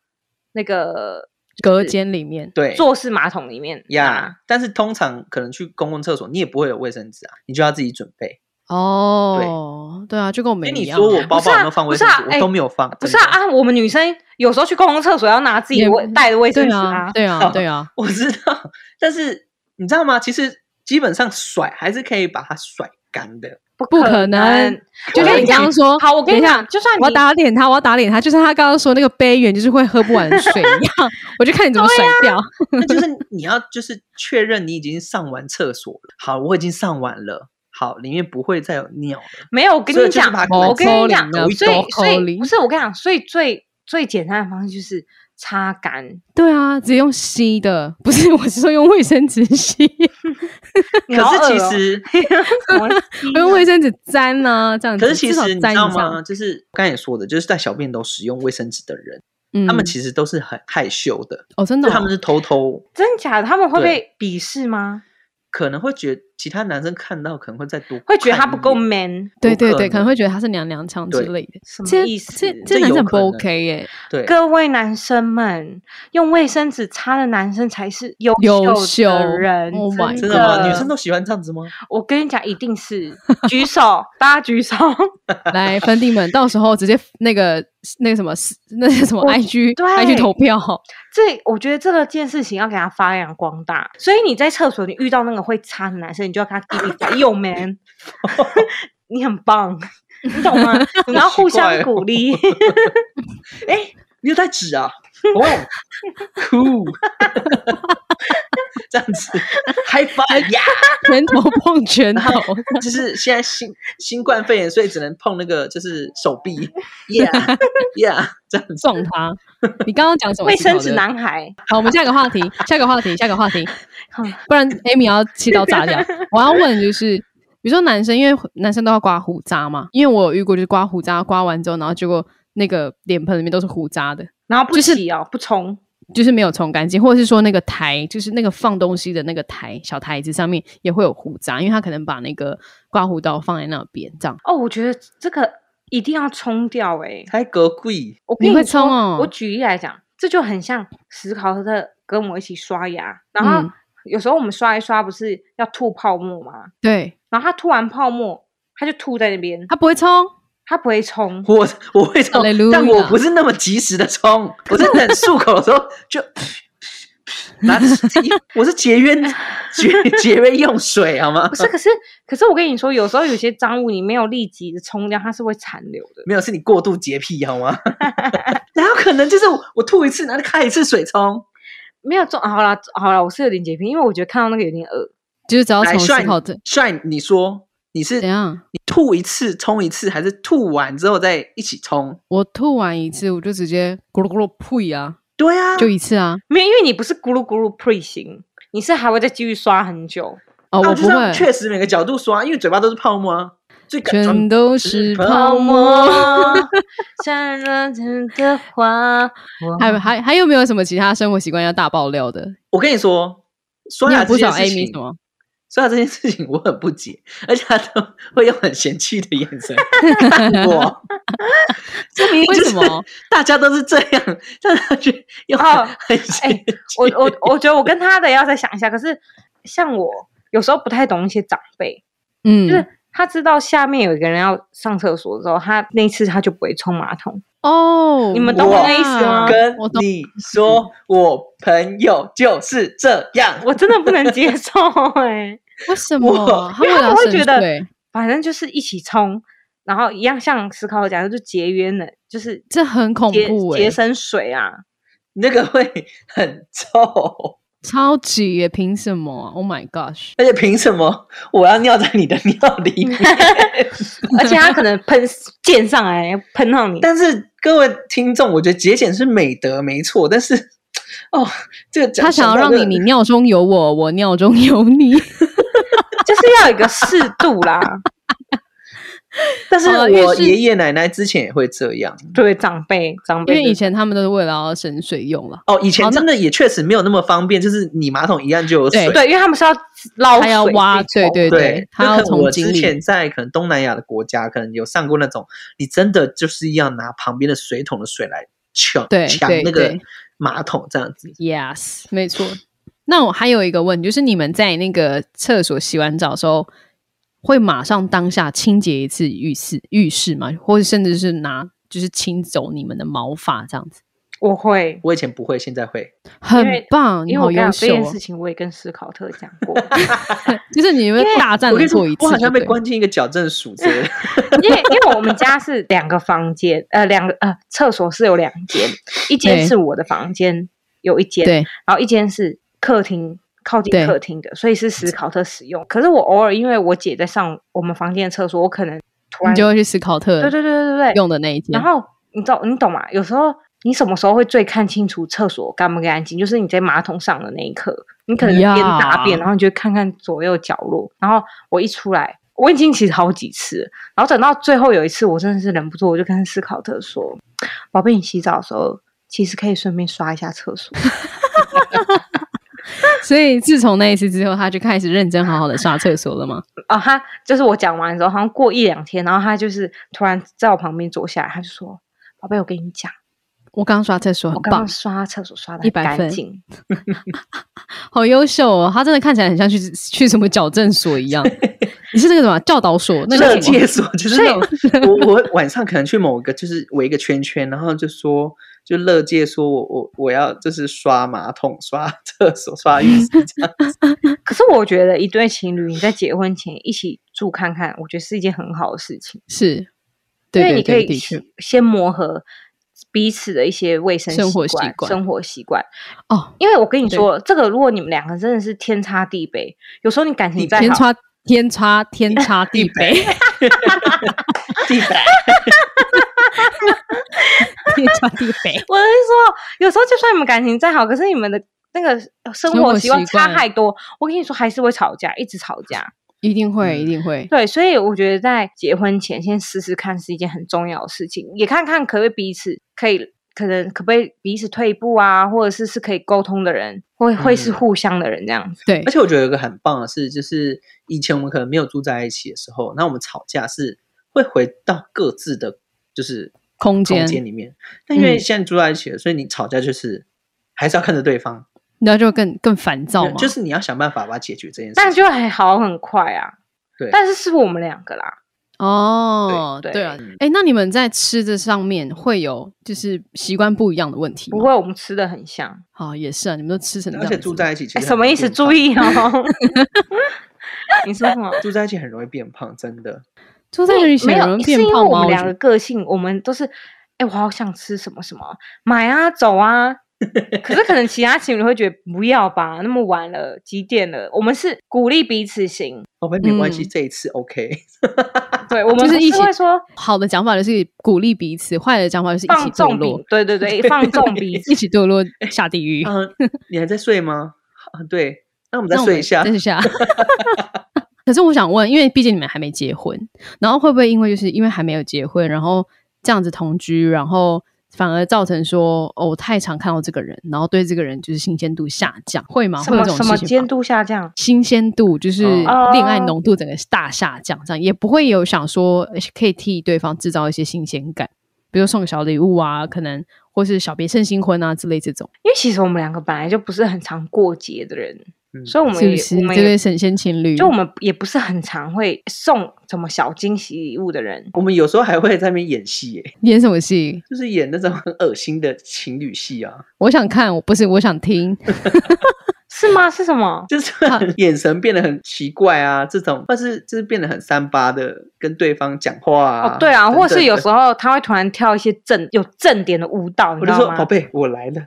[SPEAKER 3] 那个
[SPEAKER 5] 隔间里面，
[SPEAKER 6] 对，
[SPEAKER 3] 坐式马桶里面
[SPEAKER 6] 呀但是通常可能去公共厕所，你也不会有卫生纸啊，你就要自己准备。
[SPEAKER 5] 哦，对啊，就跟我
[SPEAKER 6] 所
[SPEAKER 5] 们
[SPEAKER 6] 以
[SPEAKER 5] 一
[SPEAKER 6] 你
[SPEAKER 5] 样
[SPEAKER 6] 说我
[SPEAKER 5] 啊。
[SPEAKER 6] 包
[SPEAKER 3] 不是
[SPEAKER 6] 包有
[SPEAKER 3] 啊
[SPEAKER 6] 没有放
[SPEAKER 3] 不
[SPEAKER 6] 卫
[SPEAKER 3] 是
[SPEAKER 6] 生
[SPEAKER 3] 啊
[SPEAKER 6] 纸？我
[SPEAKER 3] 哎
[SPEAKER 6] 都没有放。
[SPEAKER 3] 不是
[SPEAKER 6] 真
[SPEAKER 3] 啊
[SPEAKER 6] 的，
[SPEAKER 3] 啊，我们女生有时候去公共厕所要拿自己
[SPEAKER 5] 也
[SPEAKER 3] 的卫带的卫生
[SPEAKER 5] 对
[SPEAKER 3] 纸
[SPEAKER 5] 啊，
[SPEAKER 3] 啊。
[SPEAKER 5] 对 啊，对啊，
[SPEAKER 6] 我知道，但是你知道吗？其实基本上甩还是可以把它甩干 的。
[SPEAKER 5] 不可
[SPEAKER 3] 可
[SPEAKER 5] 能就
[SPEAKER 3] 我
[SPEAKER 5] 像
[SPEAKER 3] 跟
[SPEAKER 5] 你
[SPEAKER 3] 你
[SPEAKER 5] 刚
[SPEAKER 3] 讲
[SPEAKER 5] 刚，说，
[SPEAKER 3] 好，我跟
[SPEAKER 5] 等
[SPEAKER 3] 你
[SPEAKER 5] 一下
[SPEAKER 3] 讲，就算
[SPEAKER 5] 我要
[SPEAKER 3] 你
[SPEAKER 5] 打脸他，我要打脸他，就像他刚刚说那个杯圆，就是会喝不完的水一样，我就看你怎么
[SPEAKER 6] 啊
[SPEAKER 5] 甩掉。
[SPEAKER 6] 那就是你要就是确认你已经上完厕所了。好，我已经上完了。好，里面不会再有尿了。
[SPEAKER 3] 没有，我跟
[SPEAKER 6] 所以
[SPEAKER 3] 你
[SPEAKER 6] 就是
[SPEAKER 3] 讲
[SPEAKER 6] 把，它
[SPEAKER 3] 我
[SPEAKER 6] 抠
[SPEAKER 3] 跟你
[SPEAKER 5] 零
[SPEAKER 3] 讲
[SPEAKER 5] 啊，
[SPEAKER 3] 所以
[SPEAKER 5] 抠
[SPEAKER 3] 所以
[SPEAKER 5] 零
[SPEAKER 3] 不是我跟你讲，所以最最简单的方式就是擦干，
[SPEAKER 5] 对啊，直接用吸的，不是，我是说用卫生纸吸，
[SPEAKER 3] 你好
[SPEAKER 6] 可是
[SPEAKER 3] 恶
[SPEAKER 6] 其
[SPEAKER 3] 哦
[SPEAKER 6] 实，
[SPEAKER 3] 我的天啊
[SPEAKER 5] 用卫生纸沾啊，这样子。
[SPEAKER 6] 可是其
[SPEAKER 5] 至少
[SPEAKER 6] 实你
[SPEAKER 5] 沾
[SPEAKER 6] 知
[SPEAKER 5] 一
[SPEAKER 6] 道
[SPEAKER 5] 下
[SPEAKER 6] 吗？？就是刚才也说的，就是在小便都使用卫生纸的人，
[SPEAKER 5] 嗯
[SPEAKER 6] 他们其实都是很害羞的，
[SPEAKER 5] 哦，真
[SPEAKER 6] 就
[SPEAKER 5] 的哦，
[SPEAKER 6] 他们是偷偷，
[SPEAKER 3] 真假的，他们会
[SPEAKER 6] 对
[SPEAKER 3] 被鄙视吗？
[SPEAKER 6] 可能会觉得其他男生看到可能会再多，
[SPEAKER 3] 会觉得他不够。man，
[SPEAKER 5] 对
[SPEAKER 6] 有
[SPEAKER 5] 对
[SPEAKER 6] 可
[SPEAKER 5] 对，可能
[SPEAKER 6] 能
[SPEAKER 5] 会觉得他是娘娘腔之
[SPEAKER 6] 对
[SPEAKER 5] 类的。
[SPEAKER 3] 什
[SPEAKER 5] 这
[SPEAKER 3] 么意思？
[SPEAKER 5] 这
[SPEAKER 6] 这
[SPEAKER 5] 这男
[SPEAKER 6] 有
[SPEAKER 5] 生不
[SPEAKER 6] 可能
[SPEAKER 5] OK 耶，
[SPEAKER 6] 对，
[SPEAKER 3] 各位男生们，用卫生纸擦的男生才是优
[SPEAKER 5] 优
[SPEAKER 3] 秀
[SPEAKER 5] 秀
[SPEAKER 3] 的人。
[SPEAKER 5] Oh my
[SPEAKER 6] 真
[SPEAKER 3] 真
[SPEAKER 6] 的吗？
[SPEAKER 5] 呃
[SPEAKER 6] 女生都喜欢这样子吗？
[SPEAKER 3] 我跟你讲，一定是举手，大家举手。
[SPEAKER 5] 来，粉底们，到时候直接那个那个什么，那个什么
[SPEAKER 3] 我
[SPEAKER 5] IG
[SPEAKER 3] 对
[SPEAKER 5] IG 投 票，
[SPEAKER 3] 这我觉得这个件事情要给他发扬光大。所以你在厕所，你遇到那个会擦的男生，你就要跟他叽叽 y o man，你很棒，你懂吗？你们要互
[SPEAKER 6] 好
[SPEAKER 3] 相
[SPEAKER 6] 奇怪哦
[SPEAKER 3] 鼓励。
[SPEAKER 6] 你有带纸啊？哦，cool，这样子嗨翻呀！
[SPEAKER 5] 拳头碰拳头，
[SPEAKER 6] 就是现在新新冠肺炎，所以只能碰那个就是手臂，yeah yeah，这样子。
[SPEAKER 5] 撞他。你刚刚讲什么？
[SPEAKER 3] 卫生纸。男孩，
[SPEAKER 5] 好，我们下一个 话题，下一个话题，下一个话题。不然 Amy 要气到炸 掉。我要问就是，比如说男生，因为男生都要刮胡渣嘛，因为我有遇过，就是刮胡渣，刮完之后，然后结果那个脸盆里面都是胡渣的，
[SPEAKER 3] 然后不
[SPEAKER 5] 就是
[SPEAKER 3] 洗哦，不冲。
[SPEAKER 5] 就是没有冲干净，或者是说那个台，就是那个放东西的那个台小台子上面也会有胡渣，因为他可能把那个刮胡刀放在那边这样。
[SPEAKER 3] 哦，我觉得这个一定要冲掉哎、
[SPEAKER 6] 还隔贵，
[SPEAKER 3] 我
[SPEAKER 5] 你
[SPEAKER 3] 跟
[SPEAKER 5] 会
[SPEAKER 3] 说
[SPEAKER 5] 冲哦
[SPEAKER 3] 我举例来讲，这就很像史考特跟我一起刷牙，然后
[SPEAKER 5] 嗯
[SPEAKER 3] 有时候我们刷一刷不是要吐泡沫吗？
[SPEAKER 5] 对，
[SPEAKER 3] 然后他吐完泡沫，他就吐在那边，
[SPEAKER 5] 他不会冲，
[SPEAKER 3] 他不会冲。
[SPEAKER 6] 我我会冲
[SPEAKER 5] Hallelujah，
[SPEAKER 6] 但我不是那么及时的冲，我是等漱口的时候就拿着湿巾，我是节约节节约用水好吗
[SPEAKER 5] 呃
[SPEAKER 3] 不？是，可是可是我跟你说，有时候有些脏物你没有立即的冲掉，它是会残留的。
[SPEAKER 6] 没有，是你过度洁癖好吗？ 哪有可能？就是我我吐一次，然后就开一次水冲，
[SPEAKER 3] 没有冲，好了好了，我是有点洁癖，因为我觉得看到那个有点恶。
[SPEAKER 5] 就是只要
[SPEAKER 6] 来
[SPEAKER 5] 从思
[SPEAKER 6] 帅
[SPEAKER 5] 考这
[SPEAKER 6] 帅，你说你是
[SPEAKER 5] 怎样。
[SPEAKER 6] 你吐一次冲一次，还是吐完之后再一起冲？
[SPEAKER 5] 我吐完一次，我就直接咕噜咕噜呸啊，
[SPEAKER 6] 对啊，
[SPEAKER 5] 就一次啊。
[SPEAKER 3] 没有，因为你不是咕噜咕噜 pre 型，你是还会再继续刷很久。
[SPEAKER 5] 哦，
[SPEAKER 6] 那
[SPEAKER 5] 我
[SPEAKER 6] 就
[SPEAKER 5] 不
[SPEAKER 6] 是要
[SPEAKER 5] 会，
[SPEAKER 6] 确实每个角度刷，因为嘴巴都是泡沫啊，最感
[SPEAKER 5] 全都是泡沫。
[SPEAKER 3] 沫， 像热情的花。
[SPEAKER 5] 还有还还有没有什么其他生活习惯要大爆料的？
[SPEAKER 6] 我跟你说，刷
[SPEAKER 5] 你
[SPEAKER 6] 牙啊
[SPEAKER 5] 有
[SPEAKER 6] 这
[SPEAKER 5] 不
[SPEAKER 6] 件
[SPEAKER 5] 少
[SPEAKER 6] 事情
[SPEAKER 5] Amy 什， 么？
[SPEAKER 6] 刷牙这件事情我很不解，而且他都会用很嫌弃的眼 神看我。这明明
[SPEAKER 5] 为
[SPEAKER 6] 就
[SPEAKER 5] 什
[SPEAKER 6] 是
[SPEAKER 5] 么
[SPEAKER 6] 大家都是这样，但他却用
[SPEAKER 3] 哦
[SPEAKER 6] 很嫌
[SPEAKER 5] 哎
[SPEAKER 6] 弃。
[SPEAKER 3] 我我我觉得我跟他的要再想一下，可是像我有时候不太懂一些长辈，就
[SPEAKER 5] 嗯，
[SPEAKER 3] 是他知道下面有一个人要上厕所之后，他那一次他就不会冲马桶。
[SPEAKER 5] 哦，
[SPEAKER 3] 你们懂我
[SPEAKER 6] 我
[SPEAKER 3] 的意思吗？
[SPEAKER 6] 跟
[SPEAKER 5] 啊我懂
[SPEAKER 6] 你说，我朋友就是这样。
[SPEAKER 3] 我真的不能接受哎、
[SPEAKER 5] 为什么？
[SPEAKER 6] 我
[SPEAKER 5] 他
[SPEAKER 3] 因为
[SPEAKER 5] 为
[SPEAKER 3] 他
[SPEAKER 5] 了
[SPEAKER 3] 们会
[SPEAKER 5] 省
[SPEAKER 3] 觉得
[SPEAKER 5] 水，
[SPEAKER 3] 反正就是一起冲，然后一样像思考讲的，就节约能，就是
[SPEAKER 5] 这很恐
[SPEAKER 3] 节
[SPEAKER 5] 怖哎、
[SPEAKER 3] 节省水啊。
[SPEAKER 6] 那个会很臭，
[SPEAKER 5] 超级耶！凭什么啊？Oh my gosh！
[SPEAKER 6] 而且凭什么我要尿在你的尿里 面？
[SPEAKER 3] 而且他可能喷溅上来，喷 到你。
[SPEAKER 6] 但是各位听众，我觉得节俭是美德，没错。但是，哦，这个讲
[SPEAKER 5] 他想要
[SPEAKER 6] 到
[SPEAKER 5] 让
[SPEAKER 6] 这
[SPEAKER 5] 你
[SPEAKER 6] 个
[SPEAKER 5] 你尿中有我，我尿中有你。
[SPEAKER 3] 就是要有一个适度啦。
[SPEAKER 6] 但是
[SPEAKER 5] 好了浴
[SPEAKER 6] 我
[SPEAKER 5] 室
[SPEAKER 6] 爷爷奶奶之前也会这样。
[SPEAKER 3] 对长辈，长
[SPEAKER 5] 因
[SPEAKER 3] 辈
[SPEAKER 5] 为
[SPEAKER 3] 就
[SPEAKER 5] 以
[SPEAKER 3] 是
[SPEAKER 5] 前他们都是为了要省水用了，
[SPEAKER 6] 哦，以前
[SPEAKER 5] 好那
[SPEAKER 6] 真的也确实没有那么方便，就是你马桶一按就有水。
[SPEAKER 3] 对，因为他们是要捞
[SPEAKER 5] 他
[SPEAKER 3] 水，
[SPEAKER 5] 要挖，
[SPEAKER 3] 自
[SPEAKER 5] 对
[SPEAKER 3] 己冲
[SPEAKER 5] 对
[SPEAKER 6] 对
[SPEAKER 5] 对，，他
[SPEAKER 6] 就
[SPEAKER 5] 要
[SPEAKER 6] 可能
[SPEAKER 5] 从
[SPEAKER 6] 我
[SPEAKER 5] 井
[SPEAKER 6] 之
[SPEAKER 5] 里
[SPEAKER 6] 前在可能东南亚的国家，可能有上过那种，你真的就是要拿旁边的水桶的水来抢
[SPEAKER 5] 对
[SPEAKER 6] 抢
[SPEAKER 5] 对
[SPEAKER 6] 那个
[SPEAKER 5] 对
[SPEAKER 6] 马桶这样子。
[SPEAKER 5] Yes，没错。那我还有一个问题，就是你们在那个厕所洗完澡的时候，会马上当下清洁一次浴室浴室吗？或者甚至是拿就是清走你们的毛发这样子，
[SPEAKER 3] 我会，
[SPEAKER 6] 我以前不会，现在会。
[SPEAKER 5] 很
[SPEAKER 3] 因为
[SPEAKER 5] 棒，你
[SPEAKER 3] 因为我
[SPEAKER 5] 好
[SPEAKER 3] 跟你
[SPEAKER 5] 优
[SPEAKER 3] 讲
[SPEAKER 5] 秀
[SPEAKER 3] 这件
[SPEAKER 5] 哦
[SPEAKER 3] 事！情，我也跟思考特 讲过，
[SPEAKER 5] 就是你们大战
[SPEAKER 6] 我跟
[SPEAKER 5] 了
[SPEAKER 6] 你说
[SPEAKER 5] 过一次，
[SPEAKER 6] 我好像被
[SPEAKER 5] 对不对
[SPEAKER 6] 关进一个矫正署之类的。
[SPEAKER 3] 因为因为我们家是两个房间，呃，两个呃厕所是有两间，一间
[SPEAKER 5] 对
[SPEAKER 3] 是我的房间，有一间，
[SPEAKER 5] 对
[SPEAKER 3] 然后一间是客厅。靠
[SPEAKER 5] 对
[SPEAKER 3] 近客厅的，所以是史考特使用。可是我偶尔因为我姐在上我们房间的厕所，我可能突然
[SPEAKER 5] 你就会去思考特
[SPEAKER 3] 对对对对对对
[SPEAKER 5] 用的那一件
[SPEAKER 3] 然，后你懂你懂吗？有时候你什么时候会最看清楚厕所干不干净？就是你在马桶上的那一刻，你可能边大
[SPEAKER 5] 呀
[SPEAKER 3] 便，然后你就看看左右角落。然后我一出来，我已经其实好几次了，然后等到最后有一次，我真的是忍不住，我就跟斯考特说：“宝贝，你洗澡的时候其实可以顺便刷一下厕所。
[SPEAKER 5] 所以自从那一次之后，他就开始认真好好的上厕所了嘛。”
[SPEAKER 3] 啊，他就是我讲完之后，好像过一两天，然后他就是突然在我旁边坐下来，他就说：“宝贝，我跟你讲，
[SPEAKER 5] 我刚刷厕所
[SPEAKER 3] 我
[SPEAKER 5] 很
[SPEAKER 3] 刚刚
[SPEAKER 5] 棒，
[SPEAKER 3] 刷厕所刷的
[SPEAKER 5] 100
[SPEAKER 3] 干
[SPEAKER 5] 分
[SPEAKER 3] 净。”
[SPEAKER 5] 好优秀哦！他真的看起来很像去去什么矫正所一 样。你是那个什么教导所？那
[SPEAKER 6] 乐
[SPEAKER 5] 个
[SPEAKER 6] 界所就是
[SPEAKER 5] 所以
[SPEAKER 6] 那种， 我我晚上可能去某个就是围一个圈圈，然后就说就乐界说我我我要就是刷马桶、刷厕所、刷浴室这样。
[SPEAKER 3] 可是我觉得一对情侣你在结婚前一起住看看，我觉得是一件很好的事情，
[SPEAKER 5] 是，
[SPEAKER 3] 因
[SPEAKER 5] 对
[SPEAKER 3] 为
[SPEAKER 5] 对
[SPEAKER 3] 你可
[SPEAKER 5] 对，的
[SPEAKER 3] 以
[SPEAKER 5] 确
[SPEAKER 3] 先先磨合彼此的一些卫生
[SPEAKER 5] 生活
[SPEAKER 3] 习
[SPEAKER 5] 习惯
[SPEAKER 3] 生活习惯。
[SPEAKER 5] 哦，
[SPEAKER 3] 因为我跟你
[SPEAKER 5] 对
[SPEAKER 3] 说，这个如果你们两个真的是天差地北，有时候你感情再
[SPEAKER 5] 天
[SPEAKER 3] 好，
[SPEAKER 5] 差天差天差地 北，
[SPEAKER 6] 地板
[SPEAKER 5] 天差地北。
[SPEAKER 3] 我是说，有时候就算你们感情再好，可是你们的那个
[SPEAKER 5] 生
[SPEAKER 3] 生活
[SPEAKER 5] 活
[SPEAKER 3] 习惯
[SPEAKER 5] 习
[SPEAKER 3] 差
[SPEAKER 5] 惯
[SPEAKER 3] 太多，我跟你说还是会吵架，一直吵架。
[SPEAKER 5] 一定会，一定会。
[SPEAKER 3] 对，所以我觉得在结婚前先试试看是一件很重要的事情，也看看可不可以彼此可以可能可不可以彼此退一步啊，或者是是可以沟通的人，会会是
[SPEAKER 6] 嗯
[SPEAKER 3] 互相的人这样子。
[SPEAKER 5] 对
[SPEAKER 6] 而，且我觉得有一个很棒的是，就是以前我们可能没有住在一起的时候，那我们吵架是会回到各自的，就是
[SPEAKER 5] 空
[SPEAKER 6] 空
[SPEAKER 5] 间，
[SPEAKER 6] 间里面。但因为
[SPEAKER 5] 嗯
[SPEAKER 6] 现在住在一起了，所以你吵架就是还是要看着对方，
[SPEAKER 5] 那就更更烦躁嘛。
[SPEAKER 6] 就是你要想办法把它解决这件事情。
[SPEAKER 3] 但就还好很快啊，
[SPEAKER 6] 对
[SPEAKER 3] 但是是我们两个啦，
[SPEAKER 5] 哦，
[SPEAKER 3] 对
[SPEAKER 5] 对啊
[SPEAKER 6] 对嗯。
[SPEAKER 5] 哎，那你们在吃的上面会有就是习惯不一样的问题
[SPEAKER 3] 不
[SPEAKER 5] 吗？
[SPEAKER 3] 会我们吃的很像。
[SPEAKER 5] 好，也是啊，你们都吃成这
[SPEAKER 6] 而
[SPEAKER 5] 样
[SPEAKER 6] 且
[SPEAKER 5] 子，
[SPEAKER 6] 住在一起其
[SPEAKER 3] 哎，
[SPEAKER 6] 实
[SPEAKER 3] 什么
[SPEAKER 6] 很
[SPEAKER 3] 意思？
[SPEAKER 6] 变
[SPEAKER 3] 注
[SPEAKER 6] 胖
[SPEAKER 3] 意哦。你说什么？
[SPEAKER 6] 住在一起很容易变胖，真的。
[SPEAKER 5] 住在一起
[SPEAKER 3] 没
[SPEAKER 5] 有
[SPEAKER 3] 有，
[SPEAKER 5] 人
[SPEAKER 3] 是
[SPEAKER 5] 变
[SPEAKER 3] 因为
[SPEAKER 5] 胖
[SPEAKER 3] 我
[SPEAKER 5] 吗？
[SPEAKER 3] 们
[SPEAKER 5] 我
[SPEAKER 3] 两
[SPEAKER 5] 觉
[SPEAKER 3] 个
[SPEAKER 5] 得
[SPEAKER 3] 个性，我们都是，哎，我好想吃什么什么，买啊，走 啊。可是可能其他情侣会觉得不要吧，那么晚了，几点了？我们是鼓励彼此行，
[SPEAKER 6] 宝贝，哦没关系，
[SPEAKER 5] 嗯
[SPEAKER 6] 这一次 OK。
[SPEAKER 3] 对我们
[SPEAKER 5] 就是
[SPEAKER 3] 不
[SPEAKER 5] 一
[SPEAKER 3] 是
[SPEAKER 5] 起
[SPEAKER 3] 会说
[SPEAKER 5] 好的讲法就是鼓励彼此，坏的讲法就是一起
[SPEAKER 3] 放
[SPEAKER 5] 堕
[SPEAKER 3] 纵彼
[SPEAKER 5] 落，，
[SPEAKER 3] 对对对，放纵彼此
[SPEAKER 5] 一。起堕落下地 狱。
[SPEAKER 6] 嗯、你还在睡吗？啊，对，那我们再
[SPEAKER 5] 那我
[SPEAKER 6] 睡
[SPEAKER 5] 们
[SPEAKER 6] 一下
[SPEAKER 5] 再。睡 一下。 可是我想问，因为毕竟你们还没结婚，然后会不会因为就是因为还没有结婚，然后这样子同居，然后反而造成说哦，我太常看到这个人，然后对这个人就是新鲜度下降，会吗？啊
[SPEAKER 3] 什
[SPEAKER 5] 会有
[SPEAKER 3] 么
[SPEAKER 5] 这种
[SPEAKER 3] 什
[SPEAKER 5] 事
[SPEAKER 3] 么
[SPEAKER 5] 情吗
[SPEAKER 3] 监督下降？
[SPEAKER 5] 新鲜度就是
[SPEAKER 6] 哦
[SPEAKER 5] 恋爱浓度整个大下降，这样也不会有想说呃可以替对方制造一些新鲜感，比如送个小礼物啊，可能或是小别胜新婚啊之类这种，
[SPEAKER 3] 因为其实我们两个本来就不是很常过节的人，
[SPEAKER 6] 嗯
[SPEAKER 3] 所以我们
[SPEAKER 5] 是不
[SPEAKER 3] 也
[SPEAKER 5] 是？
[SPEAKER 3] 我
[SPEAKER 5] 这
[SPEAKER 3] 们也
[SPEAKER 5] 对神仙情侣，
[SPEAKER 3] 就我们也不是很常会送什么小惊喜礼物的人。
[SPEAKER 6] 我们有时候还会在那边演戏，耶，
[SPEAKER 5] 演什么戏？
[SPEAKER 6] 就是演那种很恶心的情侣戏啊，
[SPEAKER 5] 我想看，我不是我 想听。
[SPEAKER 3] 是吗？是什么？
[SPEAKER 6] 就是眼神变得很奇怪啊，这种，或是就是变得很三八的跟对方讲话啊。
[SPEAKER 3] 哦，对啊，
[SPEAKER 6] 等
[SPEAKER 3] 或是
[SPEAKER 6] 等
[SPEAKER 3] 有
[SPEAKER 6] 的
[SPEAKER 3] 时候他会突然跳一些正有正点的舞蹈，你
[SPEAKER 6] 我
[SPEAKER 3] 知
[SPEAKER 6] 就
[SPEAKER 3] 道
[SPEAKER 6] 说宝
[SPEAKER 3] 吗？
[SPEAKER 6] 贝，我来了，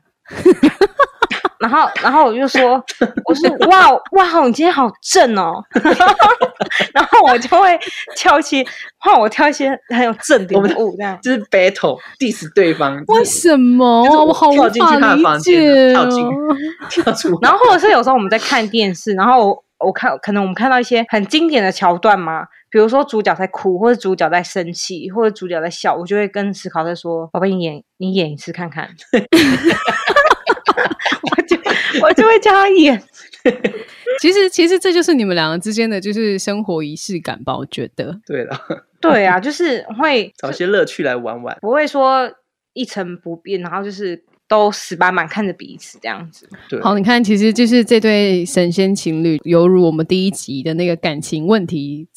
[SPEAKER 3] 然后，然后我 就说，我说哇哇，你今天好正哦， 然后我就会跳一些，换我跳一些很有正点
[SPEAKER 6] 我们
[SPEAKER 3] 的舞，这样
[SPEAKER 6] 就是 battle diss 对方，
[SPEAKER 5] 为
[SPEAKER 6] 就是
[SPEAKER 5] 什么
[SPEAKER 6] 就是
[SPEAKER 5] 啊？我好无
[SPEAKER 6] 跳进去他
[SPEAKER 5] 法
[SPEAKER 6] 的房
[SPEAKER 5] 理
[SPEAKER 6] 间
[SPEAKER 5] 解
[SPEAKER 6] 跳
[SPEAKER 5] 哦。
[SPEAKER 6] 进跳出来。
[SPEAKER 3] 然后或者是有时候我们在看电视，然后我我看可能我们看到一些很经典的桥段嘛，比如说主角在哭，或者主角在生气，或者主角在笑，我就会跟思考在说：“宝贝，你演你演一次看看。” 我就我就会叫他演，
[SPEAKER 5] 其实，其实这就是你们两个之间的就是生活仪式感吧？我觉得
[SPEAKER 6] 对了，
[SPEAKER 3] 对啊，就是会
[SPEAKER 6] 找些乐趣来玩玩。
[SPEAKER 3] 不会说一成不变，然后就是都死板板看着彼此这样子。
[SPEAKER 6] 对，
[SPEAKER 5] 好，你看，其实就是这对神仙情侣，犹如我们第一集的那个感情问题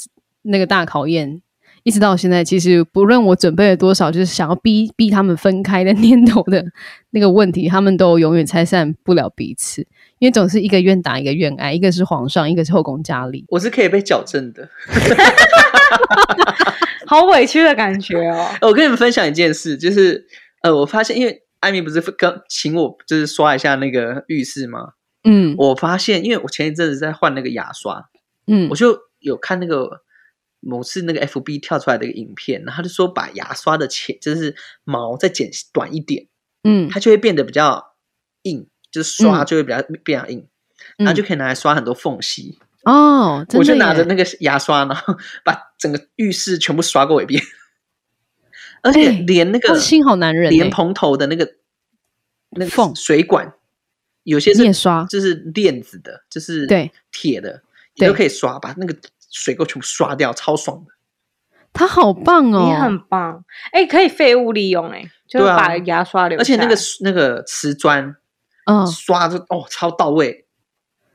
[SPEAKER 5] 那个大考验，一直到现在，其实不论我准备了多少，就是想要逼逼他们分开的 念头的那个问题，他们都永远拆散不了彼此，因为总是一个愿打一个愿挨，一个是皇上，一个是后宫佳丽。
[SPEAKER 6] 我是可以被矫正的。
[SPEAKER 3] 好委屈的感觉哦。
[SPEAKER 6] 呃我跟你们分享一件事，就是呃，我发现因为艾米不是跟请我就是刷一下那个浴室吗？
[SPEAKER 5] 嗯
[SPEAKER 6] 我发现，因为我前一阵子在换那个牙刷，
[SPEAKER 5] 嗯
[SPEAKER 6] 我，就有看那个某次那个 FB 跳出来的一个影片，然后他就说把牙刷的前就是毛再剪短一点，
[SPEAKER 5] 嗯
[SPEAKER 6] 它就会变得比较硬，就是刷
[SPEAKER 5] 嗯
[SPEAKER 6] 就会比较变硬，然后
[SPEAKER 5] 嗯
[SPEAKER 6] 就可以拿来刷很多缝隙。
[SPEAKER 5] 哦，真
[SPEAKER 6] 我就
[SPEAKER 5] 的
[SPEAKER 6] 拿着
[SPEAKER 5] 耶
[SPEAKER 6] 那个牙刷，然后 把整个浴室全部刷过一遍， 而且
[SPEAKER 5] 哎
[SPEAKER 6] 连那个
[SPEAKER 5] 他心好男人欸，
[SPEAKER 6] 连蓬头的那个那个
[SPEAKER 5] 缝
[SPEAKER 6] 水管，有些是
[SPEAKER 5] 你也刷
[SPEAKER 6] 就是链子的，就是
[SPEAKER 5] 对
[SPEAKER 6] 铁的，你都
[SPEAKER 5] 对
[SPEAKER 6] 可以刷，把那个水垢全部刷掉，超爽的。
[SPEAKER 5] 他好棒哦，
[SPEAKER 3] 你很棒，哎、可以废物利用、哎，就是
[SPEAKER 6] 对啊
[SPEAKER 3] 把牙刷
[SPEAKER 6] 而
[SPEAKER 3] 留下来，
[SPEAKER 6] 且那个那个瓷砖
[SPEAKER 5] 嗯，
[SPEAKER 6] 刷的哦超到位，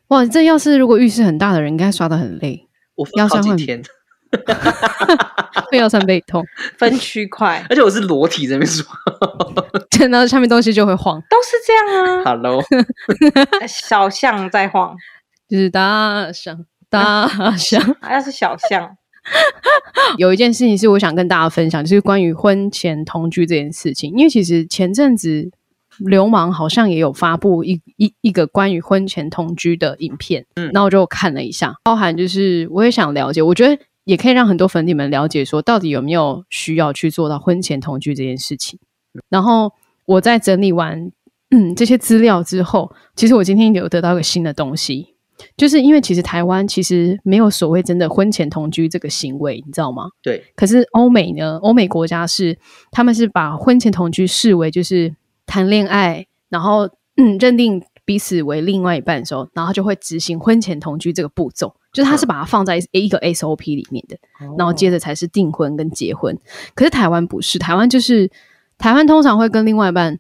[SPEAKER 5] 哇，这要是如果浴室很大的人，应该刷的很累，
[SPEAKER 6] 我
[SPEAKER 5] 腰
[SPEAKER 6] 分好
[SPEAKER 5] 酸
[SPEAKER 6] 几
[SPEAKER 5] 会
[SPEAKER 6] 天，
[SPEAKER 5] 会腰酸背痛，
[SPEAKER 3] 分区块
[SPEAKER 6] 而且我是裸体在那边刷。
[SPEAKER 5] 然后下面东西就会晃，
[SPEAKER 3] 都是这 样啊，哎
[SPEAKER 6] Hello，
[SPEAKER 3] 小象在晃，
[SPEAKER 5] 就是大象大象。
[SPEAKER 3] 啊要是小象，
[SPEAKER 5] 有一件事情是我想跟大家分享，就是关于婚前同居这件事情。因为其实前阵子流氓好像也有发布一一一个关于婚前同居的影片，嗯，那我就看了一下，包含就是我也想了解，我觉得也可以让很多粉底们了解说到底有没有需要去做到婚前同居这件事情。然后我在整理完嗯这些资料之后，其实我今天有得到一个新的东西，就是因为其实台湾其实没有所谓真的婚前同居这个行为，你知道吗？
[SPEAKER 6] 对，
[SPEAKER 5] 可是欧美呢，欧美国家是他们是把婚前同居视为就是谈恋爱，然后嗯认定彼此为另外一半的时候，然后就会执行婚前同居这个步骤，就是他是把它放在一个 SOP 里面的，然后接着才是订婚跟结婚。可是台湾不是，台湾就是台湾通常会跟另外一半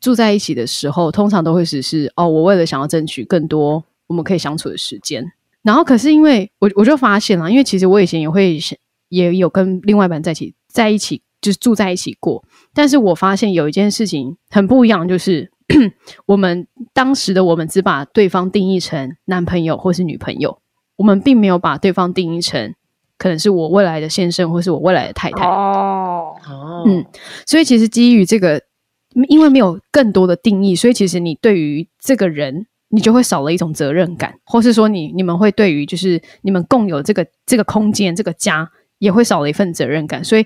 [SPEAKER 5] 住在一起的时候，通常都会只是哦，我为了想要争取更多我们可以相处的时间。然后可是因为我我就发现了，因为其实我以前也会想也有跟另外一半在一起在一起，就是住在一起过。但是我发现有一件事情很不一样，就是 我们当时的我们只把对方定义成男朋友或是女朋友，我们并没有把对方定义成可能是我未来的先生或是我未来的太太。
[SPEAKER 3] 哦，
[SPEAKER 6] 哦，
[SPEAKER 5] 嗯所以其实基于这个，因为没有更多的定义，所以其实你对于这个人，你就会少了一种责任感，或是说你你们会对于就是你们共有这个这个空间这个家，也会少了一份责任感，所以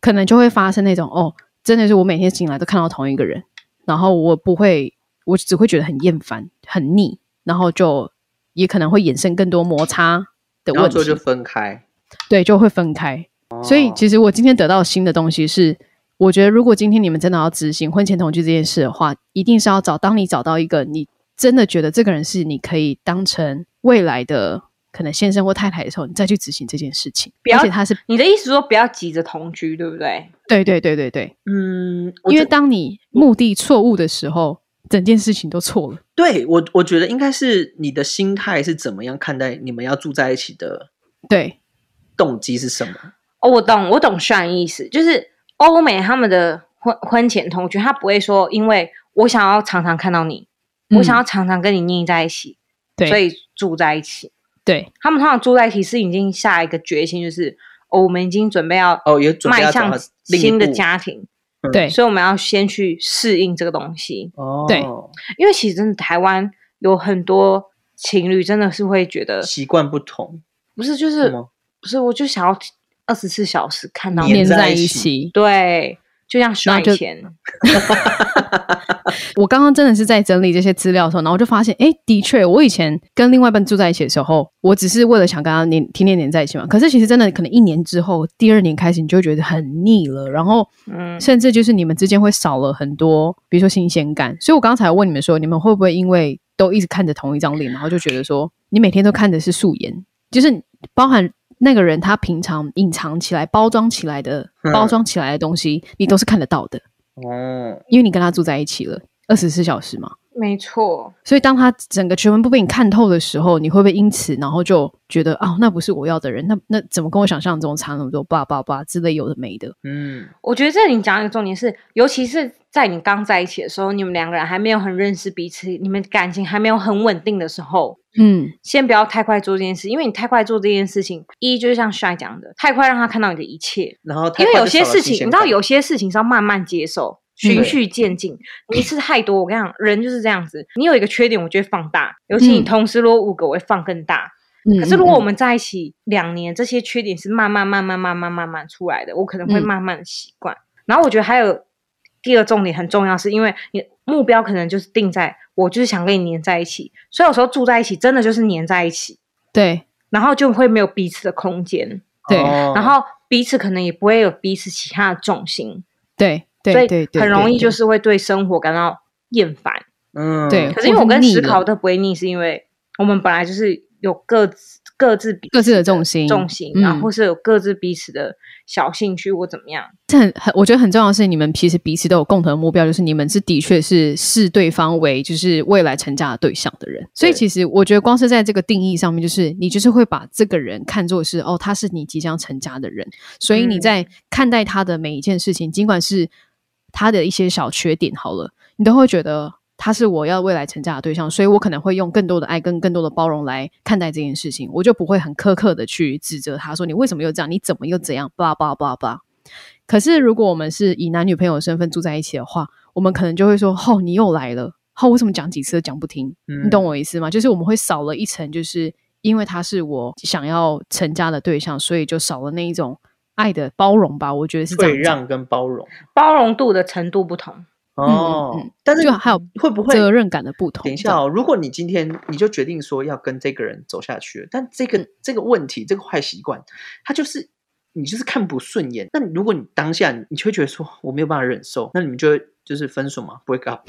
[SPEAKER 5] 可能就会发生那种哦，真的是我每天醒来都看到同一个人，然后我不会，我只会觉得很厌烦、很腻，然后就也可能会衍生更多摩擦的
[SPEAKER 6] 然后
[SPEAKER 5] 问
[SPEAKER 6] 最后就
[SPEAKER 5] 题，
[SPEAKER 6] 分开。
[SPEAKER 5] 对，就会分开。所
[SPEAKER 3] 哦
[SPEAKER 5] 以其实我今天得到新的东西是，我觉得如果今天你们真的要执行婚前同居这件事的话，一定是要找当你找到一个你真的觉得这个人是你可以当成未来的可能先生或太太的时候，你再去执行这件事情
[SPEAKER 3] 不。要
[SPEAKER 5] 而且他是
[SPEAKER 3] 你的意思说不要急着同居，对不对？
[SPEAKER 5] 对对对对对，
[SPEAKER 6] 嗯，我
[SPEAKER 5] 因为
[SPEAKER 6] 觉
[SPEAKER 5] 当你目的错误的时候，整件事情都错了。
[SPEAKER 6] 对我我觉得应该是你的心态是怎么样看待你们要住在一起的
[SPEAKER 5] 对，
[SPEAKER 6] 动机是什么？
[SPEAKER 3] 哦，我懂，我懂炫意思，就是欧美他们的婚婚前同居，他不会说因为我想要常常看到你，我想要
[SPEAKER 5] 嗯
[SPEAKER 3] 常常跟你腻在一起，
[SPEAKER 5] 对，
[SPEAKER 3] 所以住在一起。
[SPEAKER 5] 对
[SPEAKER 3] 他们通常住在一起是已经下一个决心，就是哦，我们已经准备要
[SPEAKER 6] 哦，也准备
[SPEAKER 3] 迈
[SPEAKER 6] 要找
[SPEAKER 3] 向
[SPEAKER 6] 到另一
[SPEAKER 3] 新的
[SPEAKER 6] 步
[SPEAKER 3] 家庭，
[SPEAKER 5] 对
[SPEAKER 3] 所以我们要先去适应这个东西。
[SPEAKER 6] 哦，
[SPEAKER 5] 对
[SPEAKER 3] 因为其实真的台湾有很多情侣真的是会觉得
[SPEAKER 6] 习惯不同，
[SPEAKER 3] 不是，就
[SPEAKER 6] 什
[SPEAKER 3] 是
[SPEAKER 6] 么
[SPEAKER 3] 不是，我就想要二十四小时看到
[SPEAKER 6] 黏
[SPEAKER 5] 黏
[SPEAKER 3] 你，
[SPEAKER 6] 在
[SPEAKER 5] 在
[SPEAKER 6] 一
[SPEAKER 5] 一
[SPEAKER 6] 起
[SPEAKER 5] 起。
[SPEAKER 3] 对，就像
[SPEAKER 5] 然
[SPEAKER 3] 甩
[SPEAKER 5] 后就
[SPEAKER 3] 钱，
[SPEAKER 5] 我刚刚真的是在整理这些资料的时候，然后我就发现，哎，的确，我以前跟另外一半住在一起的时候，我只是为了想跟他黏天天黏在一起嘛。可是其实真的可能一年之后，第二年开始你就会觉得很腻了，然后
[SPEAKER 3] 嗯，
[SPEAKER 5] 甚至就是你们之间会少了很多，比如说新鲜感。所以我刚才问你们说，你们会不会因为都一直看着同一张脸，然后就觉得说你每天都看的是素颜，就是包含那个人他平常隐藏起来、包装起来的、
[SPEAKER 6] 嗯
[SPEAKER 5] 包装起来的东西，你都是看得到的，
[SPEAKER 6] 哦，
[SPEAKER 5] 因为你跟他住在一起了二十四小时嘛。
[SPEAKER 3] 没错，
[SPEAKER 5] 所以当他整个全文不被你看透的时候，你会不会因此然后就觉得啊、那不是我要的人，那那怎么跟我想象中差那么多？叭叭叭之类有的没的，
[SPEAKER 6] 嗯，
[SPEAKER 3] 我觉得这里讲一个重点是，尤其是在你刚在一起的时候，你们两个人还没有很认识彼此，你们感情还没有很稳定的时候，
[SPEAKER 5] 嗯，
[SPEAKER 3] 先不要太快做这件事，因为你太快做这件事情，一就是像帅讲的，太快让他看到你的一切，
[SPEAKER 6] 然后太
[SPEAKER 3] 因为
[SPEAKER 6] 快
[SPEAKER 3] 有
[SPEAKER 6] 就少
[SPEAKER 3] 些
[SPEAKER 6] 了
[SPEAKER 3] 事
[SPEAKER 6] 新
[SPEAKER 3] 情，你
[SPEAKER 6] 鲜
[SPEAKER 3] 知道，
[SPEAKER 6] 感哦
[SPEAKER 3] 有些事情是要慢慢接受。循
[SPEAKER 6] 对
[SPEAKER 3] 序渐进，你一次太多，我跟你讲，人就是这样子。你有一个缺点，我就会放大，尤其你
[SPEAKER 5] 嗯
[SPEAKER 3] 同时如果五个，我会放更大。
[SPEAKER 5] 嗯
[SPEAKER 3] 可是如果我
[SPEAKER 5] 嗯
[SPEAKER 3] 们在一起两年，这些缺点是慢慢、慢慢、慢慢、慢慢出来的，我可能会
[SPEAKER 5] 嗯
[SPEAKER 3] 慢慢地习惯。然后我觉得还有第二重点很重要，是因为你目标可能就是定在我就是想跟你黏在一起，所以有时候住在一起真的就是黏在一起，
[SPEAKER 5] 嗯对
[SPEAKER 3] 然后就会没有彼此的空间，
[SPEAKER 5] 对
[SPEAKER 6] 哦
[SPEAKER 3] 然后彼此可能也不会有彼此其他的重心，
[SPEAKER 5] 对
[SPEAKER 3] 所
[SPEAKER 5] 对对
[SPEAKER 3] 以
[SPEAKER 5] 对，
[SPEAKER 3] 很容易就是是会对生活感到厌烦。
[SPEAKER 6] 嗯，
[SPEAKER 5] 对
[SPEAKER 3] 可是因为
[SPEAKER 5] 或
[SPEAKER 3] 我
[SPEAKER 5] 是
[SPEAKER 3] 跟
[SPEAKER 5] 腻
[SPEAKER 3] 思考
[SPEAKER 5] 了
[SPEAKER 3] 都不会腻，是因为我们本来就是有各自各自彼
[SPEAKER 5] 各自的
[SPEAKER 3] 重
[SPEAKER 5] 重心，
[SPEAKER 3] 重心，
[SPEAKER 5] 嗯
[SPEAKER 3] 然后或是有各自彼此的小兴趣或怎么样。
[SPEAKER 5] 这很很，我觉得很重要的是，你们其实彼此都有共同的目标，就是你们是的确是视对方为就是未来成家的对象的人。所以其实我觉得，光是在这个定义上面，就是你就是会把这个人看作是哦，他是你即将成家的人，所以你
[SPEAKER 3] 嗯
[SPEAKER 5] 在看待他的每一件事情，尽管是他的一些小缺点，好了，你都会觉得。他是我要未来成家的对象，所以我可能会用更多的爱跟更多的包容来看待这件事情，我就不会很苛刻的去指责他说你为什么又这样，你怎么又这样，巴拉巴拉巴拉巴拉。可是如果我们是以男女朋友的身份住在一起的话，我们可能就会说：“哦，你又来了，哦，为什么讲几次都讲不听？”你
[SPEAKER 6] 你
[SPEAKER 5] 懂我意思吗？就是我们会少了一层，就是因为他是我想要成家的对象，所以就少了那一种爱的包容吧。我觉得是这
[SPEAKER 6] 退
[SPEAKER 5] 样讲。
[SPEAKER 6] 让跟包容
[SPEAKER 3] 包容度的程度不同，
[SPEAKER 6] 哦，
[SPEAKER 5] 嗯
[SPEAKER 6] 但是
[SPEAKER 5] 就还有
[SPEAKER 6] 会不会
[SPEAKER 5] 责任感的不同
[SPEAKER 6] 等一下哦，如果你今天你就决定说要跟这个人走下去了，但这个、
[SPEAKER 5] 嗯
[SPEAKER 6] 这个问题，这个坏习惯，他就是你就是看不顺眼。那如果你当下你就会觉得说我没有办法忍受，那你们就会就是分手嘛，break up。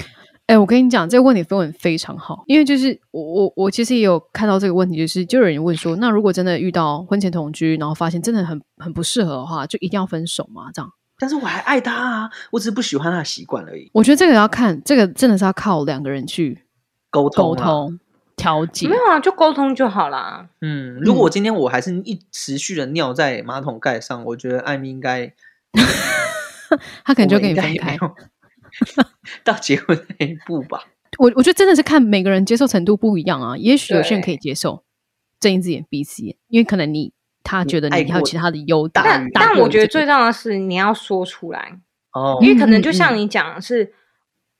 [SPEAKER 5] 哎、我跟你讲，这个问题问得非常好，因为就是我我我其实也有看到这个问题，就是就有人问说，那如果真的遇到婚前同居，然后发现真的很很不适合的话，就一定要分手吗？这样？
[SPEAKER 6] 但是我还爱他啊，我只是不喜欢他的习惯而已。
[SPEAKER 5] 我觉得这个要看，这个真的是要靠两个人去
[SPEAKER 6] 沟通，
[SPEAKER 5] 沟，通调节
[SPEAKER 3] 啊没。有啊，就沟通就好啦。
[SPEAKER 6] 嗯，如果我今天我还是一持续的尿在马桶盖上，我觉得艾米应该
[SPEAKER 5] 他可能就
[SPEAKER 6] 我们
[SPEAKER 5] 跟你
[SPEAKER 6] 应该
[SPEAKER 5] 分
[SPEAKER 6] 也没
[SPEAKER 5] 开。
[SPEAKER 6] 有 到结婚那一步吧。
[SPEAKER 5] 我我觉得真的是看每个人接受程度不一样啊。也许有些人
[SPEAKER 3] 对
[SPEAKER 5] 可以接受睁一只眼闭一只眼，因为可能你他
[SPEAKER 6] 你
[SPEAKER 5] 觉得
[SPEAKER 6] 爱
[SPEAKER 5] 你还有
[SPEAKER 6] 过
[SPEAKER 5] 其他的优
[SPEAKER 6] 大
[SPEAKER 5] 点。
[SPEAKER 3] 但
[SPEAKER 6] 于
[SPEAKER 5] 大
[SPEAKER 3] 但
[SPEAKER 5] 过
[SPEAKER 3] 我觉得
[SPEAKER 5] 这个
[SPEAKER 3] 最重要的是你要说出来，
[SPEAKER 6] 哦，
[SPEAKER 3] 因为可能
[SPEAKER 5] 嗯
[SPEAKER 3] 就
[SPEAKER 5] 嗯
[SPEAKER 3] 像你讲的是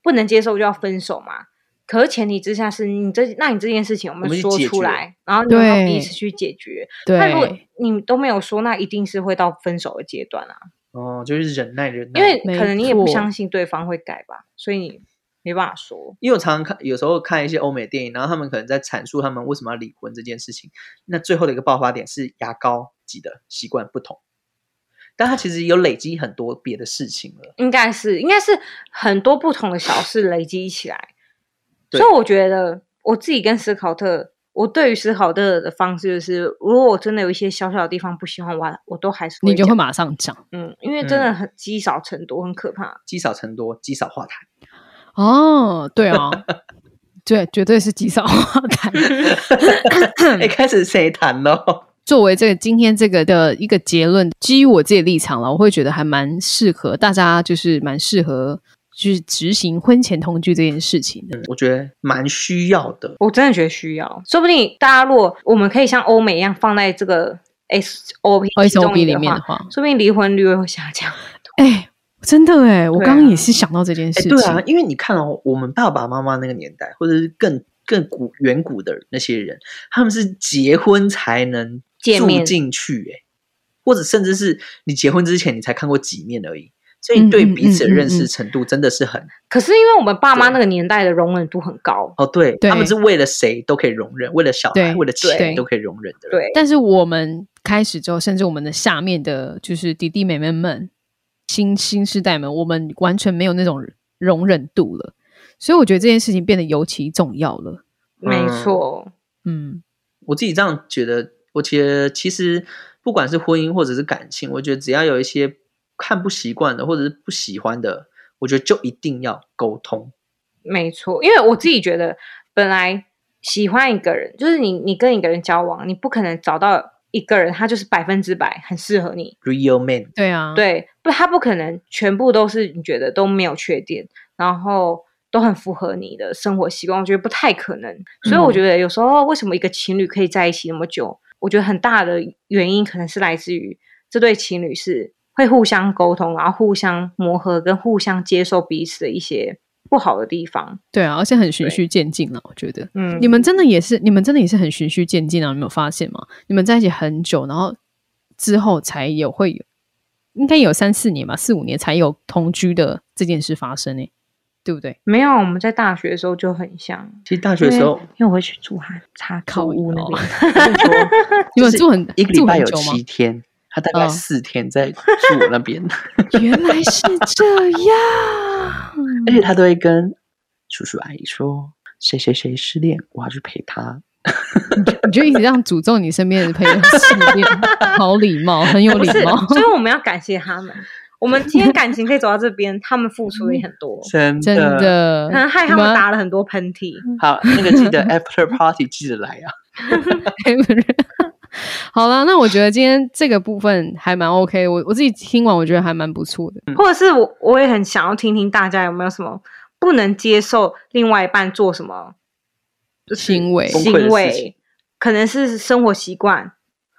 [SPEAKER 3] 不能接受就要分手嘛。可是前提之下是你这，那你这件事情有没
[SPEAKER 6] 我们
[SPEAKER 3] 有
[SPEAKER 6] 去
[SPEAKER 3] 说
[SPEAKER 6] 解
[SPEAKER 3] 出
[SPEAKER 6] 决
[SPEAKER 3] 来，然后你有没有
[SPEAKER 5] 对
[SPEAKER 3] 彼此去解决。那如果
[SPEAKER 5] 对，
[SPEAKER 3] 你都没有说，那一定是会到分手的阶段啊，
[SPEAKER 6] 哦，就是忍耐忍耐，
[SPEAKER 3] 因为
[SPEAKER 5] 没
[SPEAKER 3] 可能你也不
[SPEAKER 5] 错
[SPEAKER 3] 相信对方会改吧，所以你没办法说。
[SPEAKER 6] 因为我常常看，有时候看一些欧美电影，然后他们可能在阐述他们为什么要离婚这件事情。那最后的一个爆发点是牙膏挤的习惯不同，但他其实有累积很多别的事情了。
[SPEAKER 3] 应该是，应该是很多不同的小事累积 起来。
[SPEAKER 6] 对
[SPEAKER 3] 所以我觉得我自己跟斯考特，我对于斯考特的方式就是，如果我真的有一些小小的地方不喜欢，我我都还是
[SPEAKER 5] 你就会
[SPEAKER 3] 讲
[SPEAKER 5] 马上讲
[SPEAKER 3] 嗯，因为真的很积少成多，很可怕。
[SPEAKER 6] 积少成多，积少化痰。
[SPEAKER 5] 哦，对啊， 对，绝对是积少化痰。
[SPEAKER 3] 嗯
[SPEAKER 6] 哎、开始谁谈了？
[SPEAKER 5] 作为这个今天这个的一个结论，基于我自己的立场了，我会觉得还蛮适合大家，就是蛮适合去执行婚前同居这件事情的。
[SPEAKER 6] 嗯，我觉得蛮需要的。
[SPEAKER 3] 我真的觉得需要，说不定大家如果我们可以像欧美一样放在这个 S O P
[SPEAKER 5] 哦
[SPEAKER 3] 其中
[SPEAKER 5] SOP
[SPEAKER 3] 一个
[SPEAKER 5] 里面
[SPEAKER 3] 话
[SPEAKER 5] 的话，
[SPEAKER 3] 说不定离婚率会下降。
[SPEAKER 5] 哎、真的哎、我
[SPEAKER 3] 对
[SPEAKER 5] 刚刚也
[SPEAKER 3] 啊
[SPEAKER 5] 是想到这件事
[SPEAKER 6] 哎，
[SPEAKER 5] 情。
[SPEAKER 6] 对啊，因为你看哦，我们爸爸妈妈那个年代，或者是更更古远古的那些人，他们是结婚才能
[SPEAKER 3] 见
[SPEAKER 6] 住
[SPEAKER 3] 面
[SPEAKER 6] 进去、欸，或者甚至是你结婚之前你才看过几面而已，所以
[SPEAKER 5] 嗯
[SPEAKER 6] 你对
[SPEAKER 5] 嗯
[SPEAKER 6] 彼此的
[SPEAKER 5] 嗯嗯
[SPEAKER 6] 认识
[SPEAKER 5] 嗯嗯
[SPEAKER 6] 程度真的是很、
[SPEAKER 3] 可是因为我们爸妈那个年代的容忍度很高，
[SPEAKER 6] 哦，对他们
[SPEAKER 5] 对
[SPEAKER 6] 是为了谁都可以容忍，为了小孩，
[SPEAKER 5] 对
[SPEAKER 6] 为了钱
[SPEAKER 5] 对
[SPEAKER 6] 都可以容忍的人，
[SPEAKER 3] 对，
[SPEAKER 5] 但是我们开始之后，甚至我们的下面的就是弟弟妹妹们、新新世代们，我们完全没有那种容忍度了。所以我觉得这件事情变得尤其重要了。
[SPEAKER 3] 没
[SPEAKER 6] 嗯
[SPEAKER 3] 错。
[SPEAKER 5] 嗯，
[SPEAKER 6] 我自己这样觉得，我觉得其实不管是婚姻或者是感情，我觉得只要有一些看不习惯的或者是不喜欢的，我觉得就一定要沟通。
[SPEAKER 3] 没错，因为我自己觉得，本来喜欢一个人，就是你你跟一个人交往，你不可能找到一个人他就是百分之百很适合你，
[SPEAKER 6] Real man，
[SPEAKER 5] 对啊，，
[SPEAKER 3] 对，不，他不可能全部都是你觉得都没有缺点，然后都很符合你的生活习惯，我觉得不太可能。所以
[SPEAKER 6] 嗯
[SPEAKER 3] 我觉得有时候为什么一个情侣可以在一起那么久，我觉得很大的原因可能是来自于这对情侣是会互相沟通，然后互相磨合跟互相接受彼此的一些不好的地方。
[SPEAKER 5] 对啊，而且很循
[SPEAKER 6] 对
[SPEAKER 5] 序渐进了。我觉得
[SPEAKER 3] 嗯
[SPEAKER 5] 你们真的也是，你们真的也是很循序渐进啊！你们有发现吗？你们在一起很久，然后之后才有会有应该有三四年吧，四五年才有同居的这件事发生诶、欸对不对？
[SPEAKER 3] 没有，我们在大学的时候就很像，
[SPEAKER 6] 其实大
[SPEAKER 3] 因
[SPEAKER 6] 学
[SPEAKER 3] 为
[SPEAKER 6] 的时候，
[SPEAKER 3] 因为我会去住汉查
[SPEAKER 5] 靠
[SPEAKER 3] 考屋那
[SPEAKER 5] 腰
[SPEAKER 3] 边，
[SPEAKER 5] 你
[SPEAKER 6] 就
[SPEAKER 5] 们
[SPEAKER 6] 是
[SPEAKER 5] 住很
[SPEAKER 6] 一个礼
[SPEAKER 5] 住
[SPEAKER 6] 拜
[SPEAKER 5] 很
[SPEAKER 6] 有
[SPEAKER 5] 久吗
[SPEAKER 6] 七天，他大概
[SPEAKER 5] 嗯
[SPEAKER 6] 四天在住我那边，
[SPEAKER 5] 原来是这样，
[SPEAKER 6] 而且他都会跟叔叔阿姨说谁谁谁失恋，我要去陪他。
[SPEAKER 5] 你就一直这样诅咒你身边的朋友失恋，好礼貌，很有
[SPEAKER 3] 哎不
[SPEAKER 5] 礼
[SPEAKER 3] 是，
[SPEAKER 5] 貌，
[SPEAKER 3] 所以我们要感谢他们。我们今天感情可以走到这边，他们付出了也很多，
[SPEAKER 6] 真
[SPEAKER 5] 真的
[SPEAKER 3] 可能害他
[SPEAKER 5] 你
[SPEAKER 3] 们
[SPEAKER 5] 们
[SPEAKER 3] 打了很多喷嚏。
[SPEAKER 5] 嗯
[SPEAKER 6] 好，那个记得 after party 记得来啊。
[SPEAKER 5] 好了，那我觉得今天这个部分还蛮 OK，我我自己听完我觉得还蛮不错的。
[SPEAKER 3] 或者是我我也很想要听听大家有没有什么不能接受另外一半做什么就是
[SPEAKER 5] 行为
[SPEAKER 6] 崩溃的事
[SPEAKER 3] 行为
[SPEAKER 6] 情，
[SPEAKER 3] 可能是生活习惯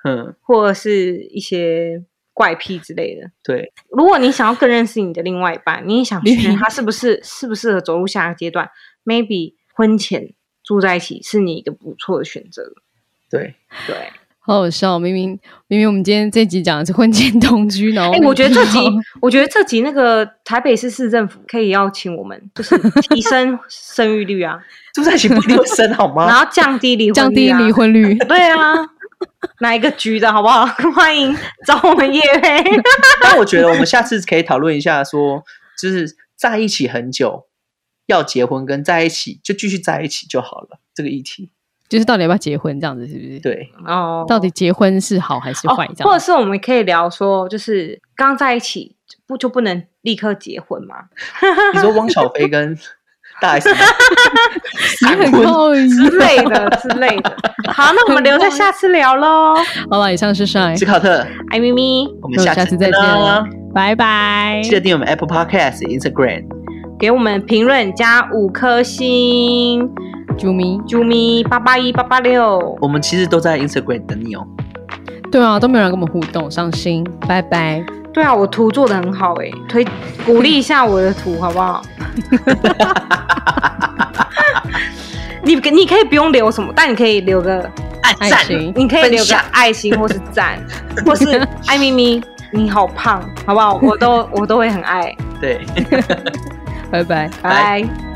[SPEAKER 6] 嗯，
[SPEAKER 3] 或者是一些怪癖之类的。
[SPEAKER 6] 对，
[SPEAKER 3] 如果你想要更认识你的另外一半，你也想确
[SPEAKER 5] 你
[SPEAKER 3] 认他是不是适不适合走入下一个阶段，maybe 婚前住在一起是你一个不错的选择。
[SPEAKER 6] 对，
[SPEAKER 3] 对，
[SPEAKER 5] 好好笑，明明明明我们今天这集讲的是婚前同居，然后
[SPEAKER 3] 哎、我觉得这集，
[SPEAKER 5] 哦
[SPEAKER 3] 我觉得这集那个台北市市政府可以邀请我们，就是提升生育率啊，
[SPEAKER 6] 住在一起不一定会生好
[SPEAKER 3] 然
[SPEAKER 6] 吗？
[SPEAKER 3] 后降低离婚、啊
[SPEAKER 5] 降低离，婚率，
[SPEAKER 3] 对啊，哪一个局的好不好？ 欢迎找我们叶飞。
[SPEAKER 6] 但我觉得我们下次可以讨论一下说就是在一起很久要结婚，跟在一起就继续在一起就好了这个议题。
[SPEAKER 5] 就是到底要不要结婚这样子，是不是？，
[SPEAKER 6] 对，
[SPEAKER 3] 哦，
[SPEAKER 5] 到底结婚是好还是
[SPEAKER 3] 哦
[SPEAKER 5] 坏这
[SPEAKER 3] 或
[SPEAKER 5] 样子？
[SPEAKER 3] 者是我们可以聊说，就是刚在一起不就不能立刻结婚吗？
[SPEAKER 6] 你说汪小菲跟大 S 吗闪
[SPEAKER 5] 你很
[SPEAKER 6] 婚
[SPEAKER 5] 靠疑
[SPEAKER 3] 之类的之类 的。好，那我们留在下次聊喽。
[SPEAKER 5] 好了，以上是 Shine，
[SPEAKER 6] 斯考特，
[SPEAKER 3] 爱咪咪，
[SPEAKER 6] 我们下
[SPEAKER 5] 下次再见
[SPEAKER 6] 啦
[SPEAKER 5] 拜拜。
[SPEAKER 6] 记得订阅我们 Apple Podcast、Instagram。
[SPEAKER 3] 给我们评论加五颗星，
[SPEAKER 5] 啾咪，
[SPEAKER 3] 啾咪八八一八八六，
[SPEAKER 6] 我们其实都在 Instagram 等你哦。
[SPEAKER 5] 对啊，都没有人跟我们互动，伤心，拜拜。
[SPEAKER 3] 对啊，我图做的很好哎、推鼓励一下我的图好不好？ 你你可以不用留什么，但你可以留个，
[SPEAKER 5] 爱
[SPEAKER 6] 赞
[SPEAKER 5] 心，
[SPEAKER 3] 你可以
[SPEAKER 6] 分
[SPEAKER 3] 留个
[SPEAKER 6] 享
[SPEAKER 3] 爱心或是赞，或 是爱咪咪，你好胖，好不好？我都我都会很爱，
[SPEAKER 6] 对。
[SPEAKER 5] 拜拜。
[SPEAKER 3] 拜。
[SPEAKER 6] 拜